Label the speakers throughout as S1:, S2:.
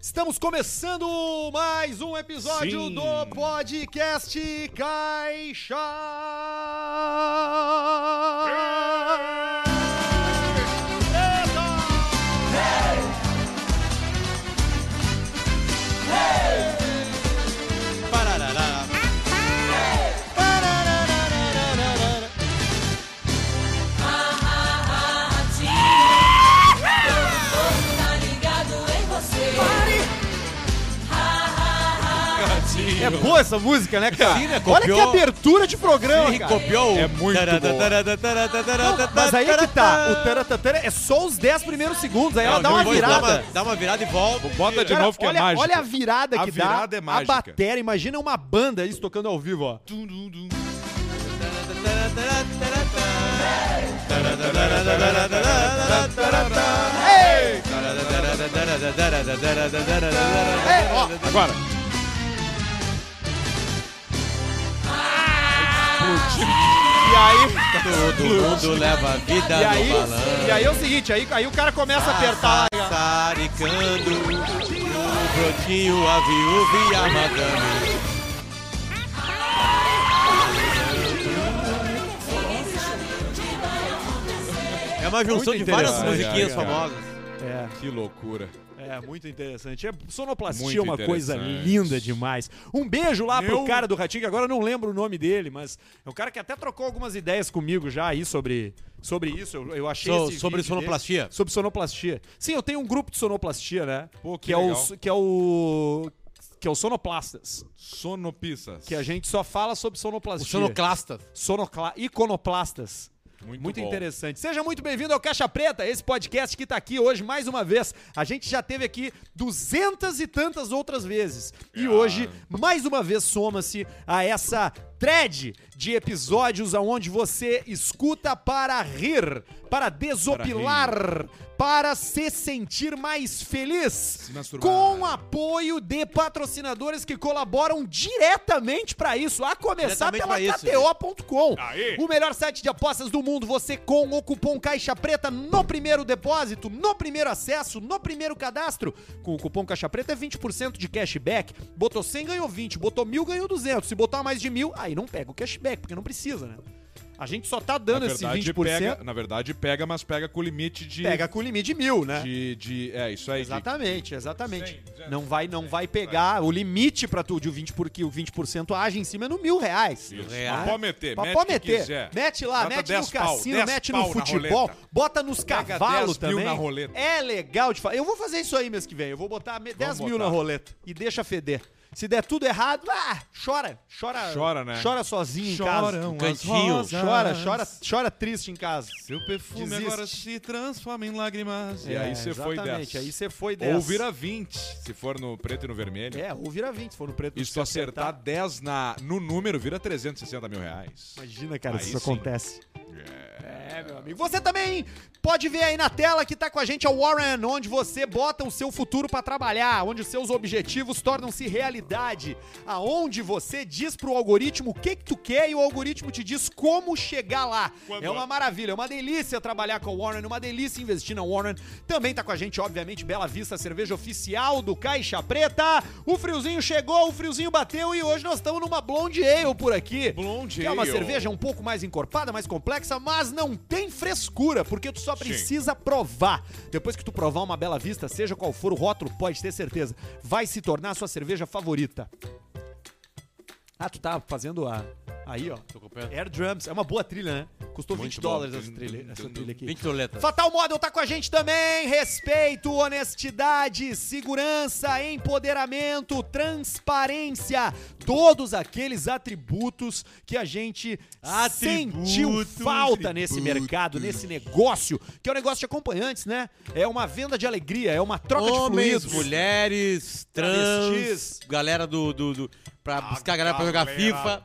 S1: Estamos começando mais um episódio
S2: Sim.
S1: do podcast Caixa.
S2: Pararará. Pararararararara.
S3: Tá ligado em você.
S1: É boa essa música, né, cara?
S2: Sim, né?
S1: Olha que
S2: Copiou.
S1: abertura de programa,
S2: Ele
S1: cara.
S2: copiou.
S4: É muito bom.
S1: Mas aí é que tá, o taratatana é só os 10 primeiros segundos, aí ela
S2: Não,
S1: dá uma
S2: depois dá
S1: virada.
S2: Dá uma virada e volta.
S4: Bota de
S1: Cara,
S4: novo que
S1: olha,
S4: é mágico.
S1: olha a virada
S4: A
S1: que
S4: virada
S1: dá.
S4: é
S1: A
S4: mágica.
S1: bateria, imagina uma banda isso tocando ao vivo, ó. É, ó.
S4: Agora.
S1: E aí,
S2: Todo mundo leva a
S4: Tá
S2: vida
S1: e aí,
S2: no balanço.
S1: e aí é o seguinte, aí, aí o cara começa
S4: Ah,
S1: a apertar.
S2: Saricando no brotinho a viúva e a madame. É uma junção
S1: Muito
S2: de várias
S1: interessante,
S2: musiquinhas
S4: cara.
S2: famosas.
S1: É.
S4: Que loucura.
S1: É, muito interessante. É, sonoplastia é
S4: Muito
S1: uma coisa
S4: interessante.
S1: linda demais. Um beijo lá pro
S4: Meu-
S1: cara do Ratinho, que agora eu não lembro o nome dele, mas é um cara que até trocou algumas ideias comigo já aí sobre, sobre isso. Eu, eu achei
S2: So-
S1: esse
S2: sobre
S1: vídeo
S2: sonoplastia?
S1: dele. Sobre sonoplastia. Sim, eu tenho um grupo de sonoplastia, né?
S4: Pô, que
S1: é o,
S4: legal.
S1: so- que é o... Que é o Sonoplastas.
S4: Sonopistas.
S1: Que a gente só fala sobre
S2: O
S1: sonoplastia.
S2: sonoclasta.
S1: Sonocla... Iconoplastas.
S4: Muito,
S1: Muito
S4: bom.
S1: interessante. Seja muito bem-vindo ao Caixa Preta, esse podcast que tá aqui hoje mais uma vez. A gente já teve aqui duzentas e tantas outras vezes. E
S4: Ah.
S1: hoje, mais uma vez, soma-se a essa thread de episódios aonde você escuta para rir, para desopilar, para, se sentir mais feliz.
S4: masturbar.
S1: com apoio de patrocinadores que colaboram diretamente para isso, a começar
S2: Diretamente
S1: pela
S2: pra isso,
S1: KTO KTO.com.
S4: Aí.
S1: O melhor site de apostas do mundo, você com o cupom Caixa Preta no primeiro depósito, no primeiro acesso, no primeiro cadastro. Com o cupom Caixa Preta é 20% de cashback. Botou 100, ganhou 20. Botou 1.000, ganhou 200. Se botar mais de 1.000, aí não pega o cashback, porque não precisa, né? A gente só tá
S4: Na
S1: dando esse
S4: É verdade,
S1: 20%.
S4: pega,
S1: Pega,
S4: na verdade, pega, mas pega com o limite de.
S1: com o limite de 1.000, né?
S4: de, de- é, isso aí. de-
S1: Exatamente, exatamente.
S4: Cem, duzentos,
S1: não vai, não vai pegar o limite pra tu de 20 porque o 20% age em cima é no mil reais.
S4: Isso.
S2: Real.
S4: Mas Pode meter.
S1: Mas
S4: mete
S1: pode
S4: o que
S1: meter.
S4: quiser.
S1: Mete lá,
S4: Bota
S1: mete
S4: 10
S1: no
S4: pau,
S1: cassino,
S4: 10
S1: mete
S4: pau
S1: no
S4: na
S1: futebol,
S4: roleta.
S1: bota nos
S4: Pega
S1: cavalos
S4: 10 mil
S1: também.
S4: na roleta.
S1: É legal de falar. Eu vou fazer isso aí mês que vem. Eu vou botar me- 10 mil
S4: botar.
S1: na roleta e deixa feder. Se der tudo errado, ah, chora, chora.
S4: Chora, né?
S1: Chora sozinho
S4: Choram
S1: em
S2: um
S1: casa.
S2: cantinho.
S1: Chora, chora, chora triste em casa.
S4: Seu perfume
S1: Desiste.
S4: agora se transforma em lágrimas. e aí você foi
S1: É, Exatamente,
S4: dessa.
S1: aí você foi 10.
S4: Ou vira 20, se for no preto e no vermelho.
S1: É, ou vira 20, se for no preto.
S4: E se tu acertar 10 na, no número, vira 360 mil reais.
S1: Imagina, cara,
S4: Aí
S1: se isso
S4: sim.
S1: acontece. É, meu amigo. Você também pode ver aí na tela que tá com a gente a Warren, onde você bota o seu futuro pra trabalhar, onde os seus objetivos tornam-se realidade, aonde você diz pro algoritmo o que que tu quer e o algoritmo te diz como chegar lá. É uma maravilha, é uma delícia trabalhar com a Warren, é uma delícia investir na Warren. Também tá com a gente, obviamente, Bela Vista, a cerveja oficial do Caixa Preta. O friozinho chegou, o friozinho bateu e hoje nós estamos numa Blonde Ale por aqui.
S4: Blonde
S1: Que é uma
S4: Ale.
S1: cerveja um pouco mais encorpada, mais complexa, mas não tem frescura, porque tu só precisa provar. Depois que tu provar uma Bela Vista, seja qual for o rótulo, pode ter certeza, vai se tornar a sua cerveja favorita. Ah, tu tá fazendo a... Aí, ó.
S2: Tô acompanhando.
S1: Air Drums. É uma boa trilha, né? Custou 20
S4: Muito bom.
S1: dólares essa trilha, essa trilha aqui.
S2: 20 toletas.
S1: Fatal Model tá com a gente também. Respeito, honestidade, segurança, empoderamento, transparência. Todos aqueles atributos que a gente
S2: Atributos,
S1: sentiu falta nesse
S2: atributos.
S1: mercado, nesse negócio, que é um negócio de acompanhantes, né? É uma venda de alegria, é uma troca
S2: Homens,
S1: de fluidos.
S2: mulheres, trans,
S1: Travestis. Ah,
S2: galera do, do, do- Pra buscar a galera pra jogar FIFA.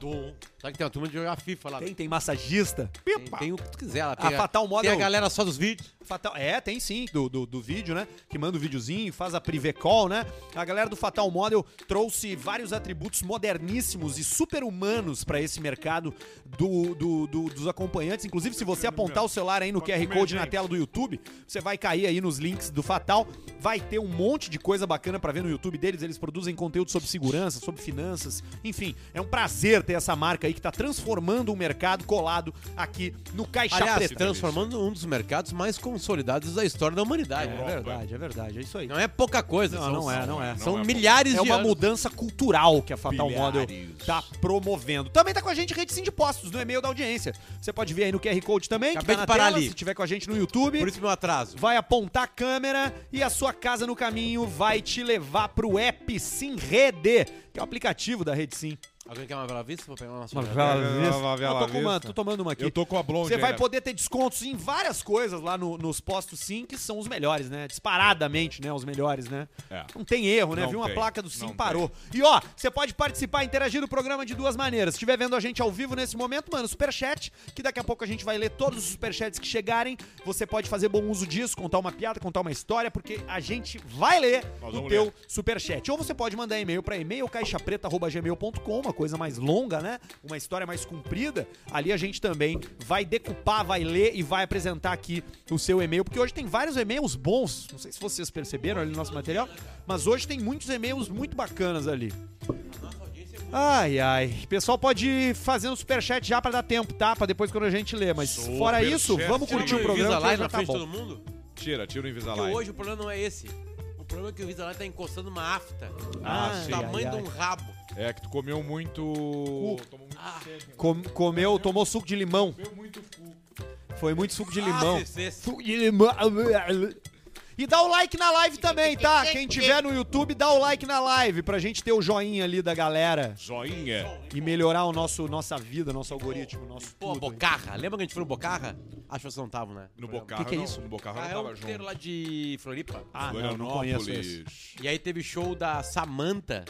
S2: Sabe que tem uma turma de jogar FIFA lá.
S1: Tem, tem massagista.
S2: Tem, tem o que tu quiser lá.
S1: A
S2: Tem
S1: Ah, Fatal Model- um.
S2: Tem a galera só dos vídeos.
S1: Fatal, é, tem sim, do, do, do vídeo, né? Que manda o videozinho, faz a privé call, né? A galera do Fatal Model trouxe vários atributos moderníssimos e super-humanos pra esse mercado do, do, do- dos acompanhantes. Inclusive, se você apontar o celular aí no QR Code na tela do YouTube, você vai cair aí nos links do Fatal. Vai ter um monte de coisa bacana pra ver no YouTube deles. Eles produzem conteúdo sobre segurança, sobre finanças. Enfim, é um prazer ter essa marca aí que tá transformando o mercado colado aqui no Caixa
S2: Aliás,
S1: Preta.
S2: transformando um dos mercados mais consolidados da história da humanidade.
S1: É verdade, é verdade. É isso aí.
S2: Não é pouca coisa.
S1: Não,
S2: são-
S1: não é, não é.
S2: São
S4: Não é
S2: milhares
S1: É
S2: de
S1: uma
S2: anos.
S1: mudança cultural que a Fatal Model
S4: Bilhares.
S1: tá promovendo. Também tá com a gente Rede Sim de Postos, no e-mail da audiência. Você pode ver aí no QR Code também,
S2: Acabei
S1: que tá
S2: de
S1: na
S2: parar
S1: tela,
S2: ali.
S1: se tiver com a gente no YouTube.
S2: Por isso meu atraso.
S1: Vai apontar a câmera e a sua casa no caminho vai te levar pro app Sim Rede, que é o aplicativo da Rede Sim.
S2: Alguém quer uma vela vista? Vou pegar uma
S1: Eu tô, com uma, tô tomando uma aqui.
S4: Eu tô com a blonde né?
S1: Você vai
S4: ainda.
S1: poder ter descontos em várias coisas lá no- nos postos Sim, que são os melhores, né? Disparadamente, né? Os melhores, né?
S4: É.
S1: Não tem erro, né?
S4: Não
S1: Viu uma
S4: tem,
S1: placa do Sim,
S4: não
S1: parou. E ó, você pode participar, interagir do programa de duas maneiras. Se estiver vendo a gente ao vivo nesse momento, mano, superchat, que daqui a pouco a gente vai ler todos os superchats que chegarem. Você pode fazer bom uso disso, contar uma piada, contar uma história, porque a gente vai ler
S4: Nós
S1: o
S4: vamos
S1: teu
S4: ler.
S1: superchat. Ou você pode mandar e-mail para e-mail caixapreta.gmail.com, uma coisa mais longa, né? Uma história mais comprida. Ali a gente também vai decupar, vai ler e vai apresentar aqui o seu e-mail, porque hoje tem vários e-mails bons. Não sei se vocês perceberam ali no nosso material, mas hoje tem muitos e-mails muito bacanas ali. Ai, ai. Pessoal pode ir fazendo superchat já pra dar tempo, tá? Pra depois quando a gente ler. Mas fora isso,
S4: Superchat.
S1: vamos curtir o programa que
S2: lá
S1: hoje
S2: na
S1: já tá
S2: frente de todo
S1: bom.
S2: mundo?
S4: Tira, tira o
S2: Porque
S4: Invisalign.
S2: hoje o problema não é esse. O problema é que o Invisalign tá encostando uma afta.
S1: Ah,
S2: do
S1: sim.
S2: tamanho
S1: Ai, ai.
S2: de um rabo.
S4: É que tu comeu
S1: Uh.
S4: muito... Tomou muito
S1: Ah.
S4: sede,
S1: Com- comeu, tomou suco de limão.
S4: comeu muito cu.
S1: Foi muito suco de
S2: Ah,
S1: limão.
S2: esse- esse.
S1: Suco de limão. E dá o like na live também, tá? Quem tiver no YouTube, dá o like na live pra gente ter o joinha ali da galera
S4: Joinha.
S1: e melhorar o nosso nossa vida, nosso algoritmo, nosso
S2: Pô,
S1: tudo.
S2: Bocarra. Lembra que a gente foi no Bocarra? Acho que vocês não estavam, né?
S4: No
S2: Foi, né?
S4: Bocarra
S1: que que é
S4: não,
S1: isso?
S4: No Bocarra
S2: Ah,
S4: não
S2: é
S4: tava
S2: um terreiro
S4: junto.
S2: lá de Floripa.
S1: Ah, não, não conheço esse.
S4: Florianópolis.
S2: E aí teve show da Samantha.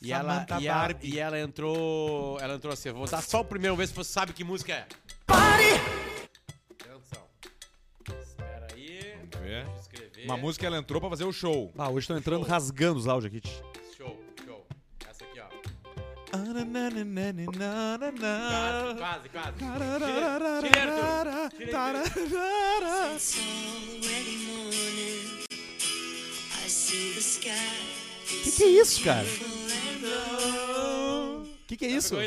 S2: E ela,
S1: Samantha
S2: e, ela,
S1: Barbie.
S2: e ela entrou. Ela entrou assim. Vou dar só o primeiro ver se você sabe que música é. Pare! Atenção. Espera aí.
S4: Vamos ver.
S2: Escrever.
S4: Uma música ela entrou pra fazer o show.
S1: Ah, hoje estão entrando rasgando os áudios aqui.
S2: Show, show. Essa aqui, ó.
S1: Ah.
S2: Quase, quase.
S1: Que que é isso, cara? Que que é
S2: Tá
S1: isso?
S2: né?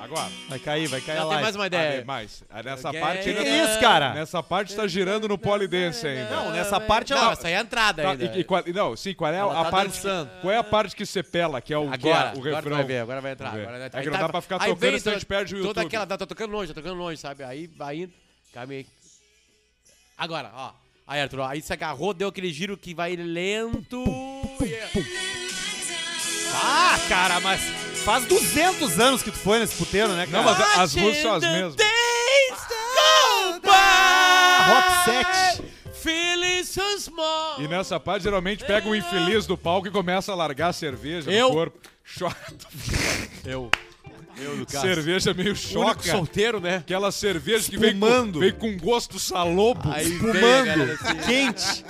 S4: Agora.
S1: Vai cair, vai cair a
S2: Ela tem mais
S1: live.
S2: uma
S4: É.
S2: ideia.
S4: Mais. Ah, Nessa
S2: Ok.
S4: parte
S1: Que que
S4: ainda...
S1: é isso, cara?
S4: Nessa parte tá girando no polidense ainda.
S1: Não, nessa parte
S2: Não,
S1: ela...
S2: essa aí é a entrada
S4: Tá,
S2: ainda.
S4: e- e qual- e não, sim, qual é
S2: Ela
S4: a
S2: tá
S4: parte.
S2: dançando.
S4: Qual é a parte que você pela, que é o,
S2: Agora,
S4: o
S2: agora
S4: refrão?
S2: vai ver, agora vai entrar.
S4: Vamos ver.
S2: Agora vai entrar.
S4: É que
S2: Aí
S4: não dá
S2: tava-
S4: pra ficar
S2: aí
S4: tocando,
S2: vem
S4: senão a gente perde o
S2: Toda
S4: YouTube.
S2: aquela, tá tocando longe, tá tocando longe, sabe? Aí, aí, caminha. Agora, ó. Aí, Arthur, ó, aí se agarrou, deu aquele giro que vai lento.
S1: Ah, cara, mas faz 200 anos que tu foi nesse puteiro, né, cara?
S4: Não, mas as músicas são as mesmas.
S1: Ah, Rock set.
S2: Feeling so small.
S4: E nessa parte, geralmente pega o infeliz do palco e começa a largar a cerveja
S2: Eu?
S4: no corpo. Choca.
S2: Eu. Eu, no caso.
S4: cerveja meio
S2: O único
S4: choca.
S2: solteiro, né?
S4: Aquela cerveja que vem com,
S1: Espumando.
S4: vem com gosto salobo.
S2: Aí vem a
S1: Fumando,
S2: galera assim,
S1: quente.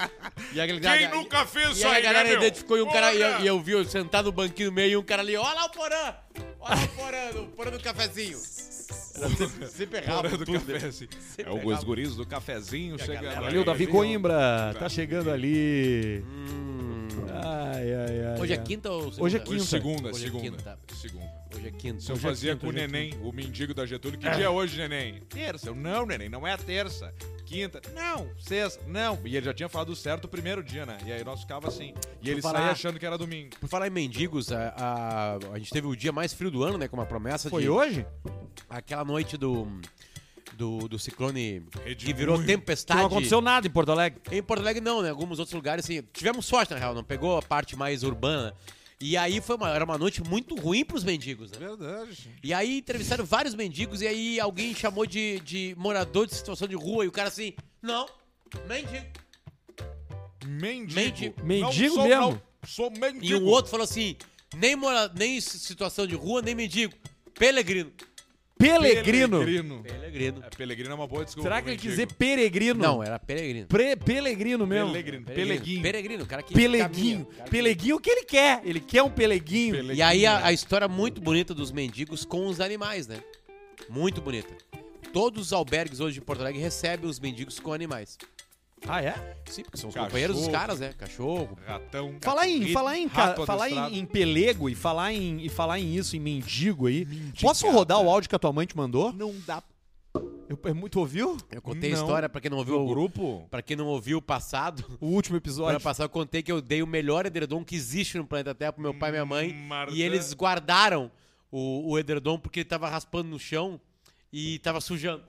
S2: E a galera-
S4: Quem nunca fez
S2: E
S4: isso
S2: aí a
S4: aí,
S2: galera
S4: né, meu?
S2: identificou e um cara. E eu,
S4: Olha!
S2: e eu vi eu sentado no banquinho no meio e um cara ali, olha lá o Porã! Olha lá o Porã, o Porã do cafezinho. Era sempre, sempre errado.
S4: do café, assim. É o os guris do cafezinho chegando.
S1: Valeu, Davi Coimbra. Tá chegando ali. Ai, ai, ai.
S2: Hum. Hoje é
S1: ai.
S2: quinta ou segunda?
S1: Hoje é
S4: Hoje,
S1: quinta.
S4: segunda,
S2: Hoje é
S4: segunda.
S2: quinta.
S4: Segunda.
S2: Hoje é quinta.
S4: Isso eu fazia com o neném, o mendigo da Getúlio. Que dia é hoje, neném? Terça. Eu, não, neném, não é terça. Quinta. Não, sexta. Não. E ele já tinha falado certo o primeiro dia, né? E aí nós ficava assim. E ele
S2: falar-
S4: saía achando que era domingo.
S2: Por falar em mendigos, a, a, a gente teve o dia mais frio do ano, né? Com uma promessa
S1: Foi
S2: de.
S1: hoje?
S2: Aquela noite do. Do, do ciclone que
S4: Edmundo.
S2: virou
S1: Que
S2: tempestade.
S1: não aconteceu nada em Porto Alegre.
S2: Em Porto Alegre não, né? Alguns outros lugares, assim, tivemos sorte, na real, não pegou a parte mais urbana. E aí foi uma, era uma noite muito ruim pros mendigos, né?
S4: Verdade.
S2: E aí entrevistaram vários mendigos e aí alguém chamou de, de morador de situação de rua e o cara assim, não, mendigo.
S4: Mendigo.
S2: Mendigo.
S4: Não
S1: Mendigo
S4: sou,
S1: mesmo?
S4: não. sou mendigo.
S2: E o outro falou assim, nem, mora, nem situação de rua, nem mendigo, pelegrino.
S1: Pelegrino.
S4: Pelegrino.
S2: Pelegrino.
S4: É, Pelegrino é uma boa desculpa.
S1: Será
S4: pro
S1: que ele quis
S4: mendigo.
S1: dizer peregrino?
S2: Não, é. era peregrino.
S1: Pre pelegrino mesmo.
S4: Pelegrino.
S2: Pelegrino,
S4: Peleguinho.
S2: Peregrino, o cara que
S1: Peleguinho.
S2: caminha, o cara que-
S1: Peleguinho é o que ele quer. Ele quer um peleguinho.
S4: Pele-
S2: E aí a, a história muito bonita dos mendigos com os animais, né? Muito bonita. Todos os albergues hoje de Porto Alegre recebem os mendigos com animais.
S1: Ah, é?
S2: Sim, porque são os
S4: Cachorro.
S2: companheiros dos caras, né? Cachorro.
S4: Ratão.
S1: Falar em,
S4: caturrito,
S1: falar em, ca-
S4: rato
S1: falar
S4: adestrado.
S1: em, em pelego e falar em, e falar em isso, em mendigo aí. Posso rodar o áudio que a tua mãe te mandou?
S4: Não dá
S1: Eu, é muito ouviu?
S2: Eu contei a
S4: Não.
S2: história pra quem não ouviu
S4: pro
S2: o
S4: grupo.
S2: Pra quem não ouviu o passado,
S1: O último
S2: ano
S1: episódio.
S2: passado eu contei que eu dei o melhor edredom que existe no planeta Terra pro meu pai e minha mãe.
S4: Marta.
S2: E eles guardaram o, o edredom porque ele tava raspando no chão e tava sujando.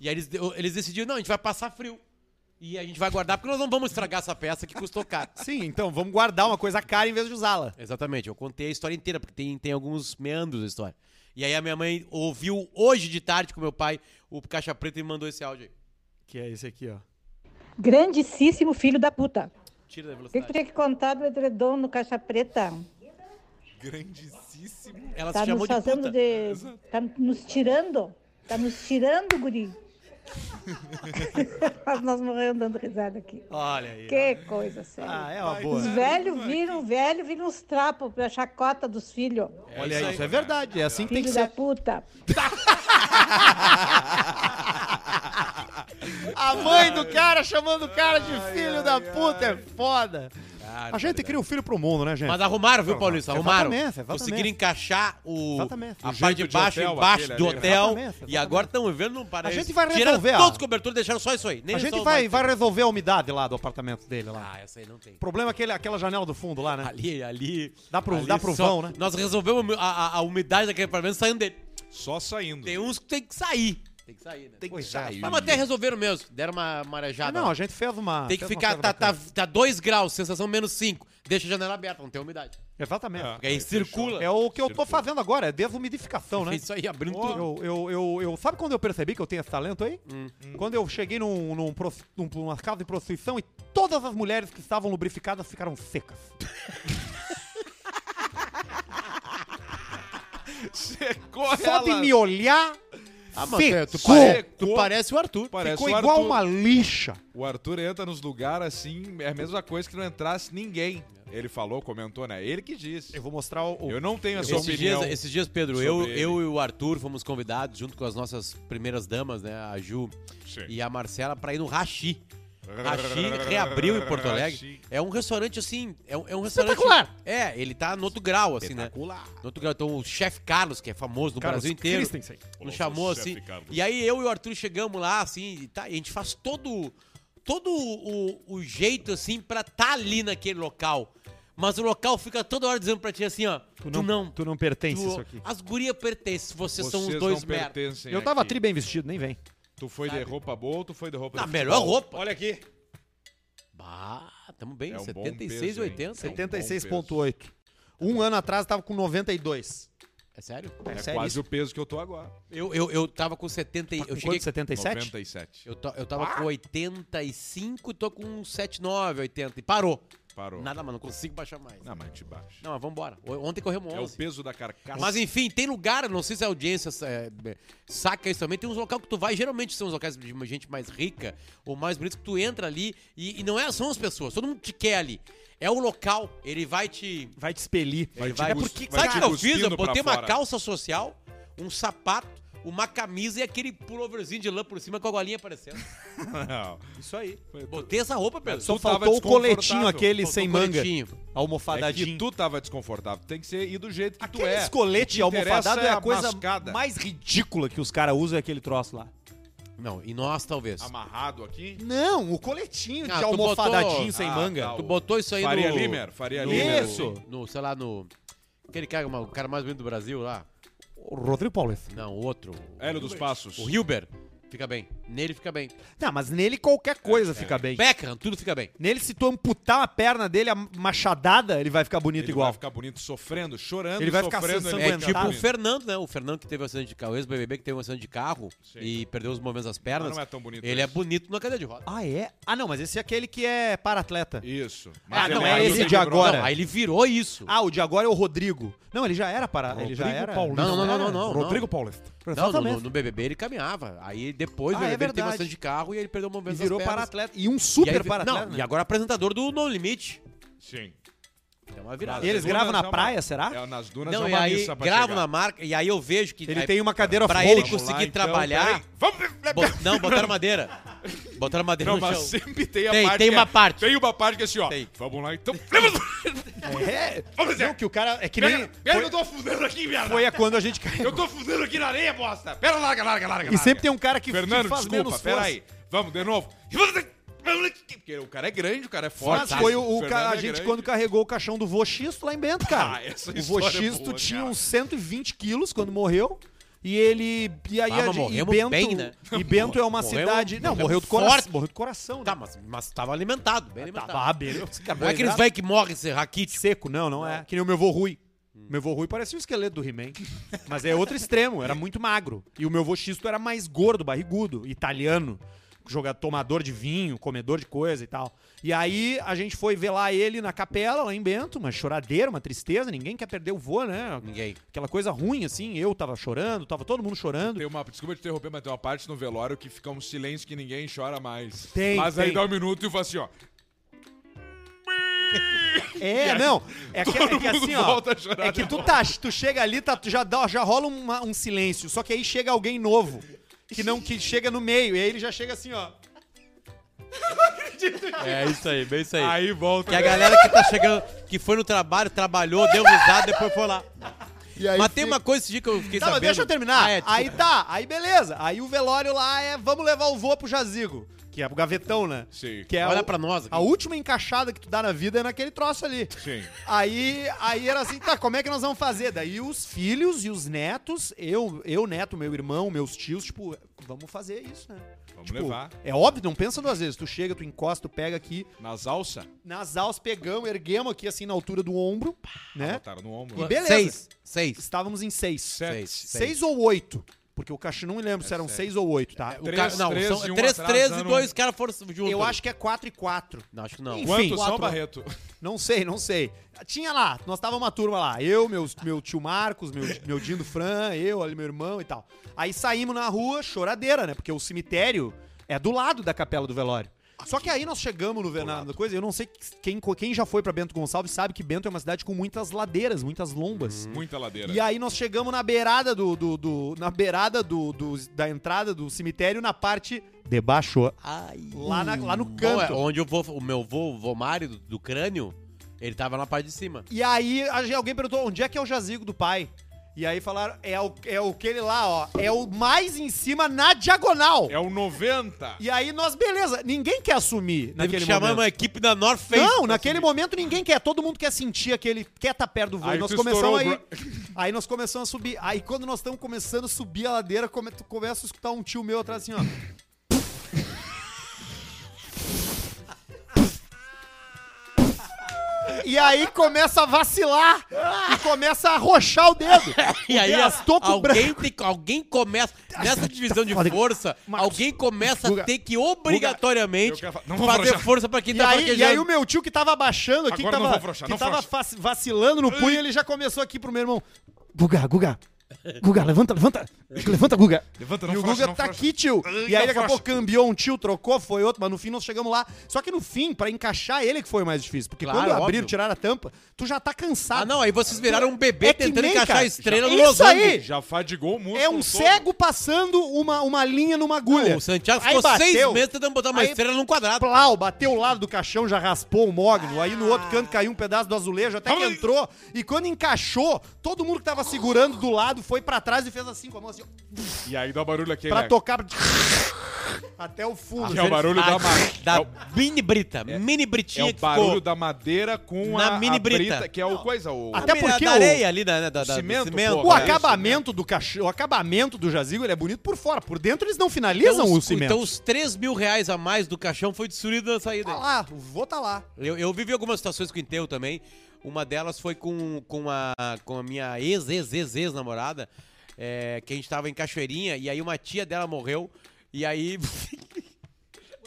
S2: E aí eles, de- eles decidiram, não, a gente vai passar frio. E a gente vai guardar porque nós não vamos estragar essa peça que custou caro.
S1: Sim, então vamos guardar uma coisa cara em vez de usá-la.
S2: Exatamente, eu contei a história inteira, porque tem, tem alguns meandros da história. E aí a minha mãe ouviu hoje de tarde com meu pai o Caixa Preta e me mandou esse áudio aí.
S1: Que é esse aqui, ó.
S5: Grandíssimo filho da puta.
S2: Tira da
S5: O que que
S2: velocidade.
S5: tu tinha que contar do edredom no Caixa Preta?
S4: Grandíssimo.
S2: Ela
S5: Tá
S2: se chamou
S5: nos
S2: de
S5: fazendo
S2: puta.
S5: de. Tá nos tirando. Tá nos tirando, guri. Mas nós morremos dando risada aqui.
S1: Olha aí.
S5: Que coisa séria.
S1: Ah, é uma
S5: Os
S1: boa.
S5: velhos viram, velho viram os trapos pra chacota dos filhos.
S1: Olha isso, é verdade. É assim que tem que
S5: Filho da
S1: ser.
S5: puta.
S1: A mãe do cara chamando o cara de filho da puta é foda.
S2: Cara,
S1: A gente cria o filho pro mundo, né, gente?
S2: Mas arrumaram, viu, Paulista? Arrumaram.
S1: Exatamente, exatamente.
S2: Conseguiram encaixar o,
S1: Exatamente.
S2: a
S1: O
S2: parte de
S4: jeito de
S2: baixo
S4: hotel,
S2: embaixo
S4: aquele
S2: do
S4: ali, né?
S2: hotel.
S1: Exatamente,
S2: E agora estão vivendo num paraíso.
S1: gente vai resolver, ó.
S2: Tiraram todos os cobertores e deixaram só isso aí. Nem
S1: A gente
S2: só o
S1: vai,
S2: mais-
S1: vai resolver a umidade lá do apartamento dele lá.
S2: Ah, essa aí não tem.
S1: O problema é aquele, aquela janela do fundo lá, né?
S2: Ali, ali.
S1: Dá pro-
S2: ali
S1: dá pro
S2: só-
S1: vão, né?
S2: Nós resolvemos a, a- a umidade daquele apartamento saindo dele.
S4: Só saindo.
S2: Tem um uns que tem que sair. Tem que sair, né?
S1: Tem que
S4: sair.
S2: Mas até resolveram mesmo. Deram uma marejada.
S1: Não,
S2: lá.
S1: a gente fez uma.
S2: um. tem que
S1: fez uma
S2: ficar.
S1: coisa
S2: Tá 2 tá,
S1: bacana.
S2: tá dois graus, sensação menos 5. Deixa a janela aberta, não tem umidade.
S1: Exatamente.
S4: É.
S2: Porque aí
S4: Aí
S2: circula.
S1: É o que eu tô fazendo agora, é desumidificação, né?
S2: Isso aí, abrindo tudo. Hum.
S1: Eu, eu, eu, eu- sabe quando eu percebi que eu tenho esse talento aí? Quando eu cheguei num, num, prosti- num, numa casa de prostituição e todas as mulheres que estavam lubrificadas ficaram secas.
S4: Secou
S1: Só de
S4: ela.
S1: me olhar,
S2: Ah, mas
S1: secou.
S2: tu, pare- tu
S4: Secou.
S2: parece o Arthur.
S4: Parece
S1: ficou
S4: o
S1: igual
S4: Arthur.
S1: uma lixa.
S4: O Arthur entra nos lugares assim, é a mesma coisa que não entrasse ninguém. Ele falou, comentou, né? Ele que disse.
S1: Eu vou mostrar o... o-
S4: Eu não tenho essa
S2: Esses
S4: opinião.
S2: dias, esses dias, Pedro,
S4: sobre
S2: eu,
S4: ele.
S2: eu e o Arthur fomos convidados, junto com as nossas primeiras damas, né? A Ju
S4: Sim.
S2: e a Marcela, pra ir no Rashi. Rashi reabriu em Porto Alegre.
S4: Rachi.
S2: É um restaurante assim. É um, é um restaurante.
S1: Espetacular!
S2: É, ele tá no outro grau, assim, né?
S4: Espetacular.
S2: No outro grau. Então o chefe Carlos, que é famoso no Brasil inteiro,
S1: Christensen.
S2: nos chamou
S4: chefe
S2: assim.
S4: Carlos.
S2: E aí eu e o Arthur chegamos lá, assim, e tá, e a gente faz todo, todo o, o jeito, assim, pra tá ali naquele local. Mas o local fica toda hora dizendo pra ti assim, ó.
S1: Tu não, tu não, pertence
S2: Tu- Ah,
S1: isso aqui.
S2: As gurias pertencem,
S4: Vocês
S2: vocês, são os dois
S4: não
S2: merda.
S4: pertencem
S1: Eu tava
S4: aqui.
S1: tri bem vestido, nem
S2: É um
S1: vem.
S4: Tu foi de roupa boa ou tu foi de roupa
S2: Na
S4: de
S2: melhor
S4: futebol?
S2: roupa.
S4: Olha aqui.
S2: Bah, tamo bem,
S4: É um bom
S2: 76,
S4: peso, hein?
S2: 80. hein?
S4: É um-
S1: 76.8. Um ano atrás eu tava com 92.
S2: É sério?
S1: É,
S4: É
S1: sério
S4: quase
S1: isso?
S4: o peso que eu tô agora.
S2: Eu, eu, eu tava com 70.
S4: Tá
S2: e- Eu
S1: Com
S2: cheguei.
S1: quanto, 77?
S4: 97.
S2: Eu, ta- eu tava
S4: Ah!
S2: com 85, tô com um 79, 80. E parou.
S4: Parou.
S2: Nada, mano, não consigo baixar mais.
S4: Não, mas te baixa.
S2: Não, mas vambora. O- Ontem corremos
S4: É o
S2: 11.
S4: peso da carcaça.
S2: Mas enfim, tem lugar, não sei se a audiência é, saca isso também. Tem uns locais que tu vai, geralmente são os locais de uma gente mais rica ou mais bonita, que tu entra ali e, e não é, são as pessoas, todo mundo te quer ali. É o local, ele vai te.
S1: Vai te expelir. É
S4: Vai
S2: Ele
S4: te
S2: vai,
S4: cus-
S2: É porque,
S4: vai
S2: sabe o
S4: te
S2: que eu fiz? Eu
S4: cuspindo pra
S2: botei uma
S4: fora.
S2: calça social, um sapato, uma camisa e aquele pulloverzinho de lã por cima com a golinha aparecendo.
S4: Não.
S1: Isso aí.
S2: Botei essa roupa, Pedro.
S1: Só
S4: Tu tava
S1: faltou o coletinho
S4: desconfortável.
S1: aquele
S2: Faltou
S1: sem
S2: o
S1: manga.
S2: coletinho.
S4: É
S1: Almofadadinho.
S4: que tu tava desconfortável. Tem que ser e do jeito que tu é.
S1: Aqueles coletes
S4: O que interessa
S1: almofadado é a
S4: a
S1: coisa
S4: mascada.
S1: mais ridícula que os caras usam, é aquele troço lá.
S2: Não, e nós talvez.
S4: Amarrado aqui.
S1: Não, o coletinho
S2: Ah,
S1: de
S2: tu
S1: almofadadinho
S2: botou-
S1: sem
S4: Ah,
S1: manga.
S4: tá,
S2: Tu botou isso aí
S4: Faria
S2: no...
S4: Limer, Faria
S2: no-
S4: Limer.
S1: Isso.
S2: No, sei lá, no... Aquele cara, o cara mais bonito do Brasil lá.
S1: O Rodrigo Paulista.
S2: Não, o outro.
S4: Hélio dos Passos.
S1: é
S2: O Hilber. Fica bem. Nele fica bem.
S1: Tá, mas nele qualquer coisa fica bem.
S2: Beckham, tudo fica bem.
S1: Nele, se tu amputar a perna dele, a machadada, ele vai ficar bonito
S4: Ele
S1: igual.
S4: vai ficar bonito sofrendo, chorando,
S1: Ele vai ficar
S4: sofrendo.
S1: sangrando.
S2: É
S1: Aguentar.
S2: tipo o
S4: bonito.
S2: Fernando, né? O Fernando que teve um acidente de carro, o ex-BBB que teve um acidente de carro
S4: Sim.
S2: e perdeu os movimentos das pernas.
S4: Mas não é tão bonito
S2: Ele é
S4: isso.
S2: bonito na cadeira de roda.
S1: Ah, é? Ah, não, mas esse é aquele que é para-atleta.
S4: Isso.
S1: Ah,
S4: ele
S1: não,
S2: é
S4: caiu
S2: esse
S4: do
S1: de
S4: Big
S1: agora.
S4: Brother.
S2: Não, aí ele virou isso.
S1: Ah, o de agora é o Rodrigo. Não, ele já era para. Ele já
S4: Rodrigo
S1: era.
S4: Paulista.
S2: Não, não, não, não, não,
S1: Rodrigo
S2: não.
S1: Paulista.
S2: não, no-
S1: Exatamente.
S2: no, no BBB ele caminhava. Aí depois
S1: Ah,
S2: do
S1: é
S2: BBB ele teve um
S1: verdade.
S2: acidente de carro e ele perdeu
S1: E
S2: o movimento das
S1: virou
S2: pernas.
S1: para-atleta. E um
S2: e é aí
S1: super
S2: vi-
S1: para-atleta.
S2: Não,
S1: né?
S2: e agora apresentador do No Limite.
S4: Sim.
S2: É uma virada.
S1: E eles
S4: Dunas
S1: gravam
S4: é
S1: na
S4: uma-
S1: praia, será?
S4: É, nas dunas
S2: Não,
S4: é
S2: e
S4: uma
S2: aí
S4: missa pra
S2: gravo
S4: chegar.
S2: na marca e aí eu vejo que
S1: Ele
S2: aí,
S1: tem uma cadeira
S2: é pra
S1: Volt.
S2: ele conseguir
S4: então,
S2: trabalhar.
S4: peraí. né,
S2: bot- não, botaram madeira. Botaram madeira
S4: Não,
S2: no
S4: mas
S2: chão.
S4: sempre tem a
S2: Tem,
S4: parte.
S2: tem
S4: que
S2: uma
S4: é-
S2: parte.
S4: Tem uma parte que é assim, ó.
S2: Tem.
S4: Vamos lá, então.
S1: É,
S4: Vamos dizer.
S1: não, que o cara é que nem
S4: Pera, pera que eu tô fudendo aqui, merda.
S1: foi a quando a gente caiu.
S4: Eu tô fudendo aqui na areia, bosta. Pera, larga, larga, larga.
S1: E
S4: larga.
S1: sempre tem um cara que, que
S4: Fernando,
S1: faz
S4: desculpa,
S1: menos
S4: pera
S1: força.
S4: aí. Vamos de novo. Porque o cara é grande, o cara é forte.
S1: Mas foi o, o
S4: Fernando
S1: ca- a
S4: é
S1: gente
S4: grande.
S1: quando carregou o caixão do Voxisto lá em Bento, cara.
S4: Ah, essa
S1: o
S4: história é
S1: Voxisto
S4: boa,
S1: tinha
S4: cara.
S1: uns 120 quilos quando morreu. E ele. E aí
S2: Ah, mas
S1: a, gente- e
S2: morremos
S1: Bento,
S2: bem, né?
S1: e Bento é uma
S2: Morremos-
S1: cidade. Não,
S2: morremos
S1: morreu do coração.
S2: forte.
S1: Morreu do coração, né?
S2: Tá, mas, mas tava alimentado, bem alimentado.
S1: Tava à beira.
S2: Não é aqueles velhos que morrem esse raquítico.
S1: seco, não, não é. Hum. Que nem o meu vô Rui. Meu vô Rui parecia o esqueleto do He-Man. Mas é outro extremo, era muito magro. E o meu vô Xisto era mais gordo, barrigudo, italiano. Jogador, tomador de vinho, comedor de coisa e tal. E aí a gente foi velar ele na capela, lá em Bento, uma choradeira, uma tristeza, ninguém quer perder o vô, né?
S2: Ninguém.
S1: Aquela coisa ruim, assim, eu tava chorando, tava todo mundo chorando.
S4: Tem uma, desculpa te interromper, mas tem uma parte no velório que fica um silêncio que ninguém chora mais.
S1: Tem,
S4: Mas aí
S1: tem.
S4: dá um minuto e fala assim, ó.
S1: É, não. É que, é que
S4: mundo
S1: assim, ó.
S4: volta a chorar
S1: É
S4: de
S1: que tu, tá, tu chega ali, tá, tu já, dá, já rola uma- um silêncio. Só que aí chega alguém novo. Que não que chega no meio. E aí ele já chega assim, ó.
S2: É isso aí, bem isso
S4: Aí volta.
S2: Que a galera que tá chegando, que foi no trabalho, trabalhou, deu risada, depois foi lá. mas tem uma coisa esse dia que eu fiquei
S1: Tá, mas
S2: sabendo.
S1: deixa eu terminar.
S2: Ah, é, desculpa.
S1: aí tá, aí beleza. Aí o velório lá é vamos levar o vô pro jazigo. Que é pro gavetão, né?
S4: Sim.
S1: Que é
S2: Olha
S1: o-
S2: pra nós aqui.
S1: A última encaixada que tu dá na vida é naquele troço ali.
S4: Sim.
S1: Aí, aí era assim, tá, como é que nós vamos fazer? Daí os filhos e os netos, eu, eu neto, meu irmão, meus tios, tipo, vamos fazer isso, né?
S4: Vamos
S1: Tipo,
S4: levar.
S1: É óbvio, não pensa duas vezes. Tu chega, tu encosta, tu pega aqui,
S4: Nas alças,
S1: nas alças pegamos, erguemos aqui assim na altura do ombro, né?
S4: botaram no
S1: E
S4: ombro.
S1: beleza.
S2: Seis, seis.
S1: Estávamos em seis.
S4: Sete. É
S2: Seis.
S1: Seis ou oito. Porque o cachorro não me lembro se eram
S4: sete.
S1: seis ou oito, tá?
S2: O
S4: Três,
S2: cara- não,
S4: três
S2: são
S4: e um
S2: três,
S4: atrás,
S2: três e
S4: dando um.
S2: dois caras foram juntos.
S1: Eu acho que é quatro e quatro.
S2: Não, acho que não.
S1: Enfim.
S4: Quantos são,
S1: Quatro.
S4: Barreto?
S1: Não sei, não sei. Tinha lá, nós tava uma turma lá. Eu, meus, meu tio Marcos, meu, meu Dindo Fran, eu, ali meu irmão e tal. Aí saímos na rua, choradeira, né? Porque o cemitério é do lado da capela do velório. Só que aí nós chegamos no Venado da coisa, eu não sei quem, quem já foi pra Bento Gonçalves sabe que Bento é uma cidade com muitas ladeiras, muitas lombas.
S4: Muita ladeira.
S1: E aí nós chegamos na beirada do. do- do- na beirada do, do- da entrada do cemitério, na parte debaixo.
S2: Ai.
S1: Lá, na- lá no
S2: Bom, é,
S1: canto.
S2: onde eu vou, o meu vô, o vô Mário, do, do crânio, ele tava na parte de cima.
S1: E aí a gen- alguém perguntou: onde é que é o jazigo do pai? E aí falaram: é o, é o que ele lá, ó. É o mais em cima na diagonal.
S4: É o 90.
S1: E aí nós, beleza, ninguém quer assumir
S2: Teve
S1: naquele
S2: que chamar
S1: momento.
S2: uma equipe da North Face.
S1: Não, naquele momento ninguém quer, todo mundo quer sentir aquele quer tá perto do voo.
S4: Aí
S1: E nós
S4: tu
S1: começamos
S4: estourou
S1: aí.
S4: o
S1: Aí nós começamos a subir. Aí quando nós estamos começando a subir a ladeira, come, tu começa a escutar um tio meu atrás assim, ó. E aí começa a vacilar e começa a arrochar o dedo.
S2: E aí
S1: Porque
S2: as
S1: as topo
S2: alguém, tem, alguém começa, nessa divisão de
S1: Rodrigo,
S2: força,
S1: Marcos,
S2: alguém começa
S1: Guga,
S2: a ter que
S4: eu
S2: obrigatoriamente
S4: quero falar- não vou
S2: fazer
S4: afrouxar.
S2: força pra quem
S1: E
S2: tá
S1: aí, e aí
S2: fraquejando.
S1: o meu tio que tava abaixando aqui, que
S4: Agora não
S1: tava,
S4: vou frouxar,
S1: que
S4: não
S1: tava
S4: frouxa.
S1: fac- vacilando no punho, ele já começou aqui pro meu irmão. Guga, Guga. Guga, levanta, levanta. Levanta, Guga.
S4: Levanta, assim,
S1: e o
S4: frouxa,
S1: Guga tá
S4: frouxa.
S1: aqui, tio. E
S4: não
S1: aí daqui a
S4: frouxa.
S1: pouco cambiou um tio, trocou, foi outro, mas no fim nós chegamos lá. Só que no fim, pra encaixar ele que foi o mais difícil. Porque
S2: Claro,
S1: quando
S2: óbvio.
S1: abriram, tiraram a tampa, tu já tá cansado.
S2: Ah, não, aí vocês viraram um bebê
S1: É que
S2: tentando
S1: nem,
S2: encaixar
S1: cara.
S2: a estrela no
S1: Isso
S2: losango.
S1: aí!
S4: assim. Já fadigou o músculo
S1: É um
S4: todo.
S1: cego passando uma, uma linha numa agulha.
S2: Não, o Santiago
S1: Aí
S2: ficou seis
S1: bateu.
S2: meses tentando botar uma
S1: Aí-
S2: estrela num quadrado.
S1: Plau, bateu o lado do caixão, já raspou o mogno. Aí no outro canto caiu um pedaço do azulejo, até que
S4: Vamos aí.
S1: entrou. E quando encaixou, todo mundo que tava segurando do lado foi pra trás e fez assim com a mão assim, ó,
S4: E aí dá o barulho aqui,
S1: pra
S4: né?
S1: tocar pra- até o fundo. assim.
S4: Que é o barulho da marca.
S2: Ah, Da
S4: É o-
S2: mini brita, mini
S4: É
S2: britinha
S4: o
S2: que
S4: barulho
S2: ficou.
S4: da madeira com
S2: Na
S4: a,
S2: mini
S4: a brita.
S2: brita.
S4: que é o coisa, o...
S1: Até
S2: Mini-
S1: porque
S2: da
S1: o-
S2: areia ali, né, da, da, da- do
S4: cimento, pô,
S1: O
S4: cara.
S2: é.
S1: acabamento do caixão, o acabamento do jazigo, ele é bonito por fora. Por dentro eles não finalizam
S2: então,
S1: o
S2: os-
S1: cimento.
S2: Então os 3 mil reais a mais do caixão foi destruído na saída.
S1: Tá lá, o vô tá lá.
S2: Eu, eu vivi algumas situações com o enterro também. Uma delas foi com, com, a, com a minha ex, ex, ex, ex namorada, é, que a gente tava em Cachoeirinha, e aí uma tia dela morreu, e aí.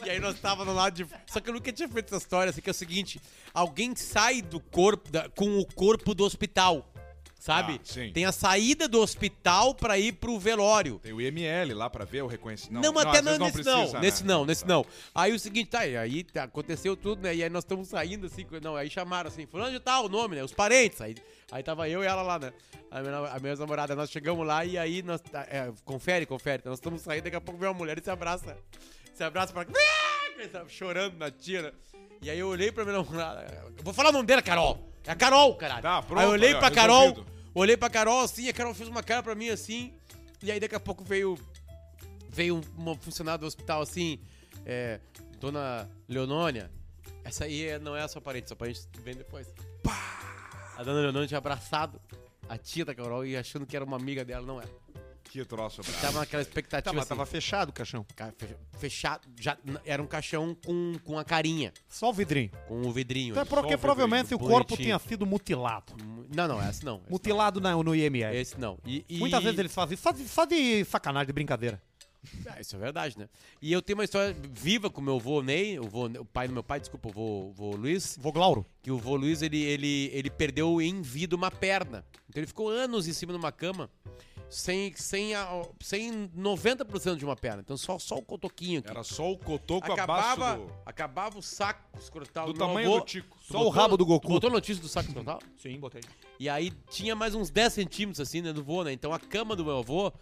S2: e aí nós tava no lado de. Só que eu nunca tinha feito essa história, assim, que é o seguinte: alguém sai do corpo, da- com o corpo do hospital. sabe?
S4: Ah, sim.
S2: Tem a saída do hospital pra ir pro velório.
S4: Tem o IML lá pra ver o reconhecimento.
S2: Não, até
S4: às
S2: não,
S4: vezes
S2: nesse não,
S4: precisa, né?
S2: nesse não, nesse não. Aí o seguinte, tá, e aí tá, aconteceu tudo, né? E aí nós estamos saindo assim, co- não, aí chamaram assim, fulano de tal, o nome, né? Os parentes. Aí, aí tava eu e ela lá, né? A minha, namo- a minha namorada, nós chegamos lá e aí nós. tá, é, confere, confere. Nós estamos saindo, daqui a pouco vem uma mulher e se abraça. Se abraça pra. Ah! Tá Chorando na tira. E aí eu olhei pra minha namorada. eu Vou falar o nome dela, Carol. É a Carol, caralho.
S4: Tá, pronto,
S2: Aí eu olhei
S4: olha,
S2: pra Carol,
S4: resolvido.
S2: olhei pra Carol assim, a Carol fez uma cara pra mim assim. E aí daqui a pouco veio veio um, um funcionário do hospital assim, é, dona Leonônia, essa aí é- não é a sua parente, sua parente vem depois. A dona Leonônia tinha abraçado a tia da Carol e achando que era uma amiga dela, não era.
S4: Que troço, brabo.
S2: Tava naquela expectativa
S1: Tá, mas
S2: assim,
S1: tava fechado o caixão.
S2: ca- fe- fechado, já, n- era um caixão com, com a carinha,
S1: Só o vidrinho.
S2: com o vidrinho.
S1: Então é
S2: ali.
S1: porque
S2: Só o
S1: provavelmente o
S2: vidrinho,
S1: corpo
S2: bonitinho.
S1: tinha sido mutilado.
S2: Não, não, esse não. Esse,
S1: Mutilado na- no IML.
S2: esse não. E- e-
S1: Muitas vezes eles fazem isso só de, só de sacanagem, de brincadeira.
S2: Ah, isso é verdade, né? E eu tenho uma história viva com meu vô Ney, o, vô- o pai do meu pai, desculpa, o vô, o vô Luiz,
S1: Vô Glauro.
S2: que o vô Luiz, ele, ele, ele perdeu em vida uma perna. Então ele ficou anos em cima de uma cama, sem, sem, a, sem 90% de uma perna. Então só, só o cotoquinho aqui.
S4: Era só o cotoco
S2: acabava,
S4: abaixo do...
S2: acabava o saco escrotal
S4: Do
S2: meu
S4: tamanho
S2: avô.
S4: do tico.
S2: Tu
S1: Só o rabo do Goku.
S2: tu botou notícia do saco escrotal?
S1: Sim, botei.
S2: E aí tinha mais uns 10 centímetros assim, né, do vô, né? Então a cama do meu avô,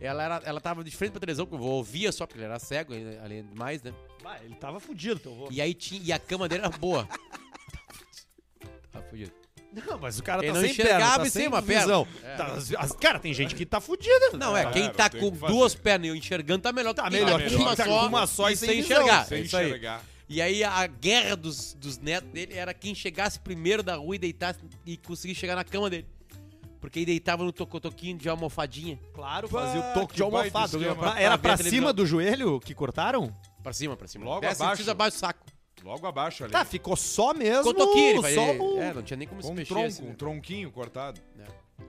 S2: ela, era, ela tava de frente pra televisão, que o vô ouvia só, porque ele era cego, ele- além de mais, né?
S1: Bah, ele tava fudido, então teu vô.
S2: E aí tinha, e a cama dele era boa. Tá fudido.
S1: Não, mas o cara
S2: Ele
S1: tá
S2: não
S1: sem
S2: enxergava
S1: perna, tá
S2: e sem
S1: sem
S2: uma perna.
S1: visão.
S2: É.
S1: Tá, as- as- cara, tem gente que tá fudida. né?
S2: Não, é, quem
S4: não
S2: tá
S4: tem
S2: com
S4: o que fazer.
S2: duas pernas e eu enxergando tá melhor.
S1: Tá
S2: que quem
S1: melhor
S2: com
S1: que
S2: uma
S1: tá
S2: só,
S1: com uma só e
S2: sem
S1: sem visão,
S2: enxergar.
S4: Sem
S2: é isso aí.
S4: enxergar.
S2: E aí a guerra dos, dos netos dele era quem chegasse primeiro da rua e deitasse e conseguisse chegar na cama dele. Porque ele deitava no tocotoquinho de almofadinha.
S1: Claro, fazia
S4: Pá,
S1: o toque
S4: que
S1: de almofada.
S4: baita esquema.
S1: Era
S2: Pra ver a
S1: pra
S2: televisão.
S1: cima do joelho que cortaram?
S2: Pra cima, pra cima.
S4: Logo
S2: Dez
S4: abaixo.
S2: centímetros abaixo do saco.
S4: Logo abaixo ali.
S1: Tá, ficou só mesmo.
S2: Cotoquinho, ele
S1: só
S2: fazia-
S1: o-
S2: É, não tinha nem como
S4: com
S2: se
S4: um
S2: mexer.
S4: tronco,
S2: assim, né?
S4: um tronquinho cortado.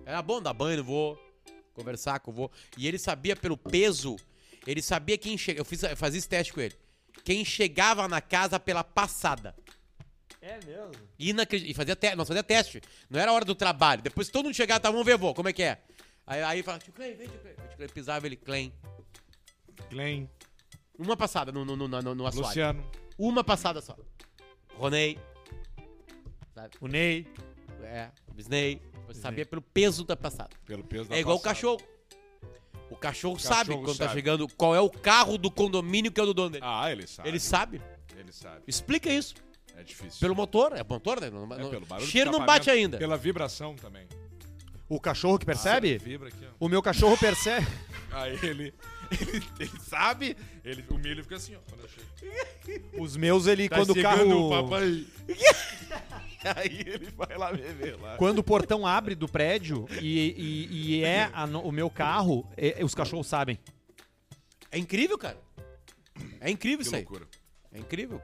S2: Era bom dar banho, vou conversar com o vô. E ele sabia pelo peso, ele sabia quem chegava. Eu, fiz, eu fazia esse teste com ele. Quem chegava na casa pela passada.
S1: É mesmo.
S2: Inacreditável. E fazia te... nós fazia teste. Não era hora do trabalho. Depois que todo mundo chegava, tá, vamos ver, vô, como é que é? Aí, aí falava, tio Clem, vem, tio Clem. O tio Clem pisava ele, Clem.
S4: Glenn,
S2: Uma passada no, no, no, no, no assoalho.
S4: Luciano.
S2: Uma passada só. Ronei. Sabe?
S1: O Ney.
S2: É, Disney. Sabia pelo peso da passada.
S4: Pelo peso da
S2: É igual o
S4: passada.
S2: cachorro. O cachorro, sabe quando tá
S4: sabe.
S2: chegando qual é o carro do condomínio que é o do dono dele.
S4: Ah, ele sabe.
S2: Ele sabe.
S4: Ele sabe.
S2: Explica isso.
S4: É difícil.
S2: Pelo motor. É motor, né? Não-
S4: É
S2: não-
S4: pelo barulho do
S2: cheiro não
S4: escapamento,
S2: bate ainda.
S4: Pela vibração também.
S1: O cachorro que percebe?
S4: Vibra aqui, ó.
S1: O meu cachorro percebe.
S4: Aí ele, ele, ele sabe, ele, o milho fica assim, ó. Quando eu chego.
S1: Os meus, ele,
S4: Tá
S1: quando o
S4: chegando
S1: carro.
S4: o papai. Aí ele vai lá beber lá.
S1: Quando o portão abre do prédio e, e- e é a no- o meu carro, é- é- os cachorros sabem.
S2: É incrível, cara. É incrível
S4: Que
S2: isso aí.
S4: loucura.
S2: É incrível.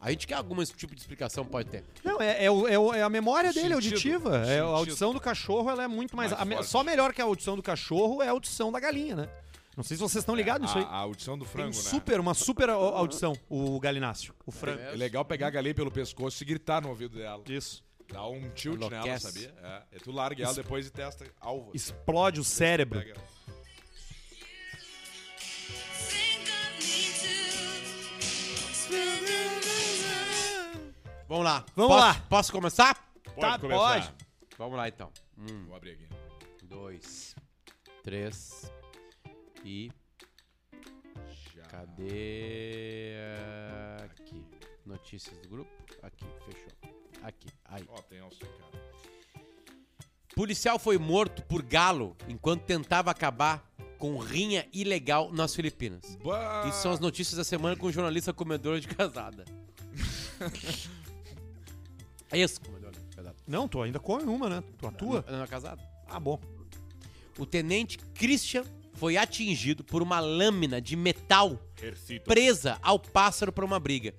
S2: A gente quer algum tipo de explicação, pode ter.
S1: Não, é, é o- é o- é a memória dele, é
S4: Sentido.
S1: auditiva. É, a
S4: Sentido.
S1: audição do cachorro ela é muito mais.
S4: Mais
S1: a me-
S4: forte.
S1: só melhor que a audição do cachorro é a audição da galinha, né? Ah, Não sei se vocês estão ligados nisso
S4: É, a,
S1: aí.
S4: a audição do
S1: Tem um
S4: frango, né?
S1: super, uma super au- audição, o galináceo, o frango.
S4: É legal pegar a galinha pelo pescoço e gritar no ouvido dela.
S1: Isso.
S4: Dá um tilt nela,
S2: Enlouquece.
S4: sabia? É. E tu larga ela depois e testa alva.
S1: Explode o cérebro.
S4: Pega.
S2: Vamos lá.
S1: Vamos
S2: Posso-
S1: lá.
S2: Posso começar?
S4: Pode
S1: Tá,
S4: começar.
S2: Vamos lá, então.
S4: Vou abrir aqui.
S2: dois, três e
S4: Já.
S2: cadê aqui notícias do grupo? Aqui fechou. Aqui, aí.
S4: Ó, tem alça, cara.
S2: Policial foi morto por galo enquanto tentava acabar com rinha ilegal nas Filipinas.
S4: Bah!
S2: Isso são as notícias da semana com o jornalista comedor de casada. É esse comedor de casada.
S1: Não, tu ainda come uma, né? Tu atua?
S2: Não, não é casada.
S1: Ah, bom.
S2: O tenente Christian foi atingido por uma lâmina de metal
S4: Exercito.
S2: presa ao pássaro para uma briga.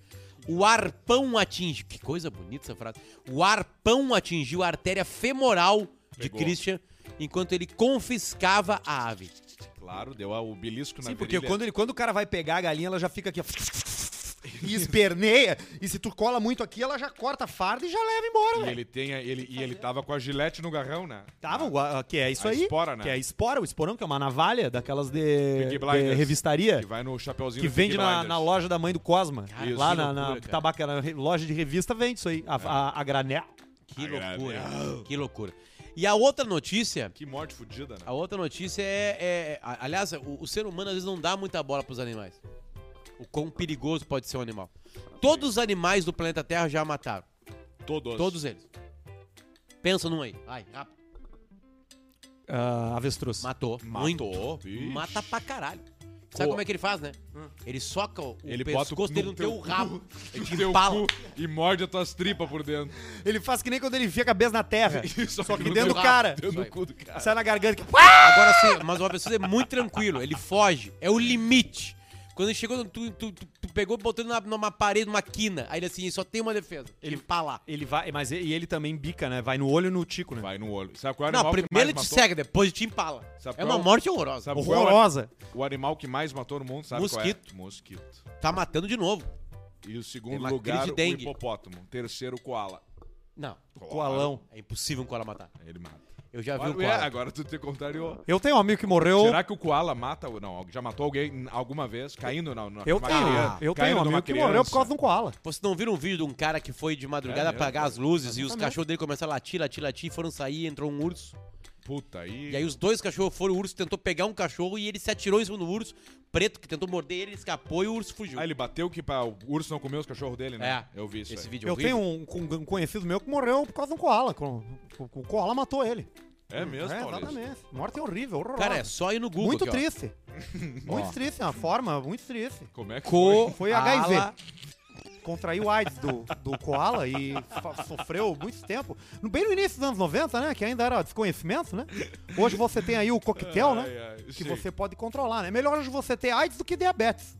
S2: O arpão atinge. Que coisa bonita essa frase. O arpão atingiu a artéria femoral de
S4: Pegou.
S2: Christian enquanto ele confiscava a ave.
S4: Claro, deu a- o belisco na
S1: Sim, porque
S4: virilha.
S1: quando, ele, quando o cara vai pegar a galinha, ela já fica aqui, ó. e esperneia. E se tu cola muito aqui, ela já corta a farda e já leva embora,
S4: E
S1: velho.
S4: ele, tem, a- ele, e ele tava com a gilete no garrão, né?
S1: Tava, o- a- que é isso
S4: A
S1: aí.
S4: espora, né?
S1: Que é a espora, o esporão, que é uma navalha daquelas de,
S4: Peaky
S1: de
S4: Blinders.
S1: É, revistaria.
S4: Que vai no chapeuzinho
S1: Que
S4: do
S1: vende
S4: Peaky
S1: na,
S4: Blinders.
S1: na loja da mãe do Cosma.
S4: Isso,
S1: lá
S4: que É.
S1: na,
S2: loucura,
S1: na
S2: cara.
S1: tabaca- na re- loja de revista vende isso aí. A, a, a granel.
S2: Que
S4: Agradável.
S2: loucura.
S4: Ah!
S2: Que loucura. E a outra notícia.
S4: Que morte fudida, né?
S2: A outra notícia é. é- a- aliás, o, o ser humano às vezes não dá muita bola pros animais. O quão perigoso pode ser um animal. Todos os animais do planeta Terra já mataram.
S4: Todos.
S2: Todos eles. Pensa num aí. Ai, rápido.
S1: Ah, avestruz.
S2: Matou.
S4: Matou,
S2: Muito.
S4: bicho.
S2: Mata pra caralho.
S4: Co-
S2: Sabe
S4: Hum.
S2: como é que ele faz, né? Ele soca o
S4: Ele
S2: pescoço
S4: bota o-
S2: dele
S4: no
S2: no teu
S4: teu
S2: rabo.
S4: Ele
S2: Ele
S4: te
S2: te
S4: deu
S2: empala.
S4: o cu e morde as tuas tripas por dentro.
S1: Ele faz que nem quando ele enfia a cabeça na terra.
S4: Só,
S1: que
S4: no
S1: dentro
S4: teu-
S1: do cara.
S4: Dentro
S2: Isso
S4: do
S2: aí.
S4: cu do cara.
S1: Sai na garganta. que-
S2: Agora sim, mas o avestruz é muito tranquilo, ele foge, é o limite. Quando ele chegou, tu, tu, tu, tu pegou e botou ele na- numa parede, numa quina. Aí ele assim, só tem uma defesa. Ele pá lá.
S1: Ele vai, mas e- e ele também bica, né? Vai no olho e no tico, né?
S4: Vai no olho. Sabe qual é o
S2: Não,
S4: animal que
S2: primeiro ele te
S4: mais matou?
S2: segue, depois ele te empala.
S4: Sabe
S2: é
S4: qual
S2: uma
S4: é o-
S2: morte horrorosa.
S4: Sabe qual é o-
S1: Horrorosa.
S4: O animal que mais matou no mundo, sabe
S2: Mosquito.
S4: qual é? Mosquito.
S2: Tá matando de novo.
S4: E o segundo
S2: uma
S4: lugar,
S2: crise de
S4: o
S2: dengue.
S4: hipopótamo. Terceiro, o koala.
S2: Não,
S1: Coalão.
S2: é impossível um koala matar.
S4: Ele mata.
S2: Eu já vi um
S4: Olha, é,
S2: koala.
S4: agora tu te contrariou.
S1: Eu tenho um amigo que morreu.
S4: Será que o koala mata ou não? Já matou alguém alguma vez? Caindo na, na
S1: Eu
S4: numa
S1: tenho.
S4: criança-
S1: eu
S4: caindo
S1: tenho um
S4: numa
S1: amigo que morreu por
S4: criança?
S1: causa de um koala.
S2: Vocês não viram um vídeo de um cara que foi de madrugada
S4: É mesmo,
S2: apagar as luzes e os
S1: Exatamente.
S2: cachorros dele começaram a latir, latir, latir, foram sair, entrou um urso.
S4: Puta, aí...
S2: E aí os dois cachorros foram, o urso tentou pegar um cachorro e ele se atirou em cima do urso preto, que tentou morder ele, escapou e o urso fugiu.
S4: Ah, ele bateu que pra, o urso não comeu os cachorros dele, né?
S2: É.
S4: Eu vi isso
S2: Esse
S4: aí.
S2: vídeo
S1: Eu
S2: horrível.
S1: tenho um, com- um conhecido meu que morreu por causa de um koala. com- com- com- O koala matou ele.
S4: É mesmo,
S1: é,
S4: Maurício?
S1: exatamente. Morte horrível, horrorosa.
S2: Cara, é só ir no Google.
S1: muito
S2: aqui, ó.
S1: triste. muito triste, é uma forma muito triste.
S4: Como é que
S2: Co-
S4: foi?
S1: Foi
S2: Ala-
S1: HIV. Contraiu AIDS do, do koala e fa- sofreu muito tempo. No- Bem no início dos anos 90, né? Que ainda era desconhecimento, né? Hoje você tem aí o coquetel, né?
S4: Ai, ai,
S1: que
S4: sim.
S1: você pode controlar, né? Melhor hoje você ter AIDS do que diabetes.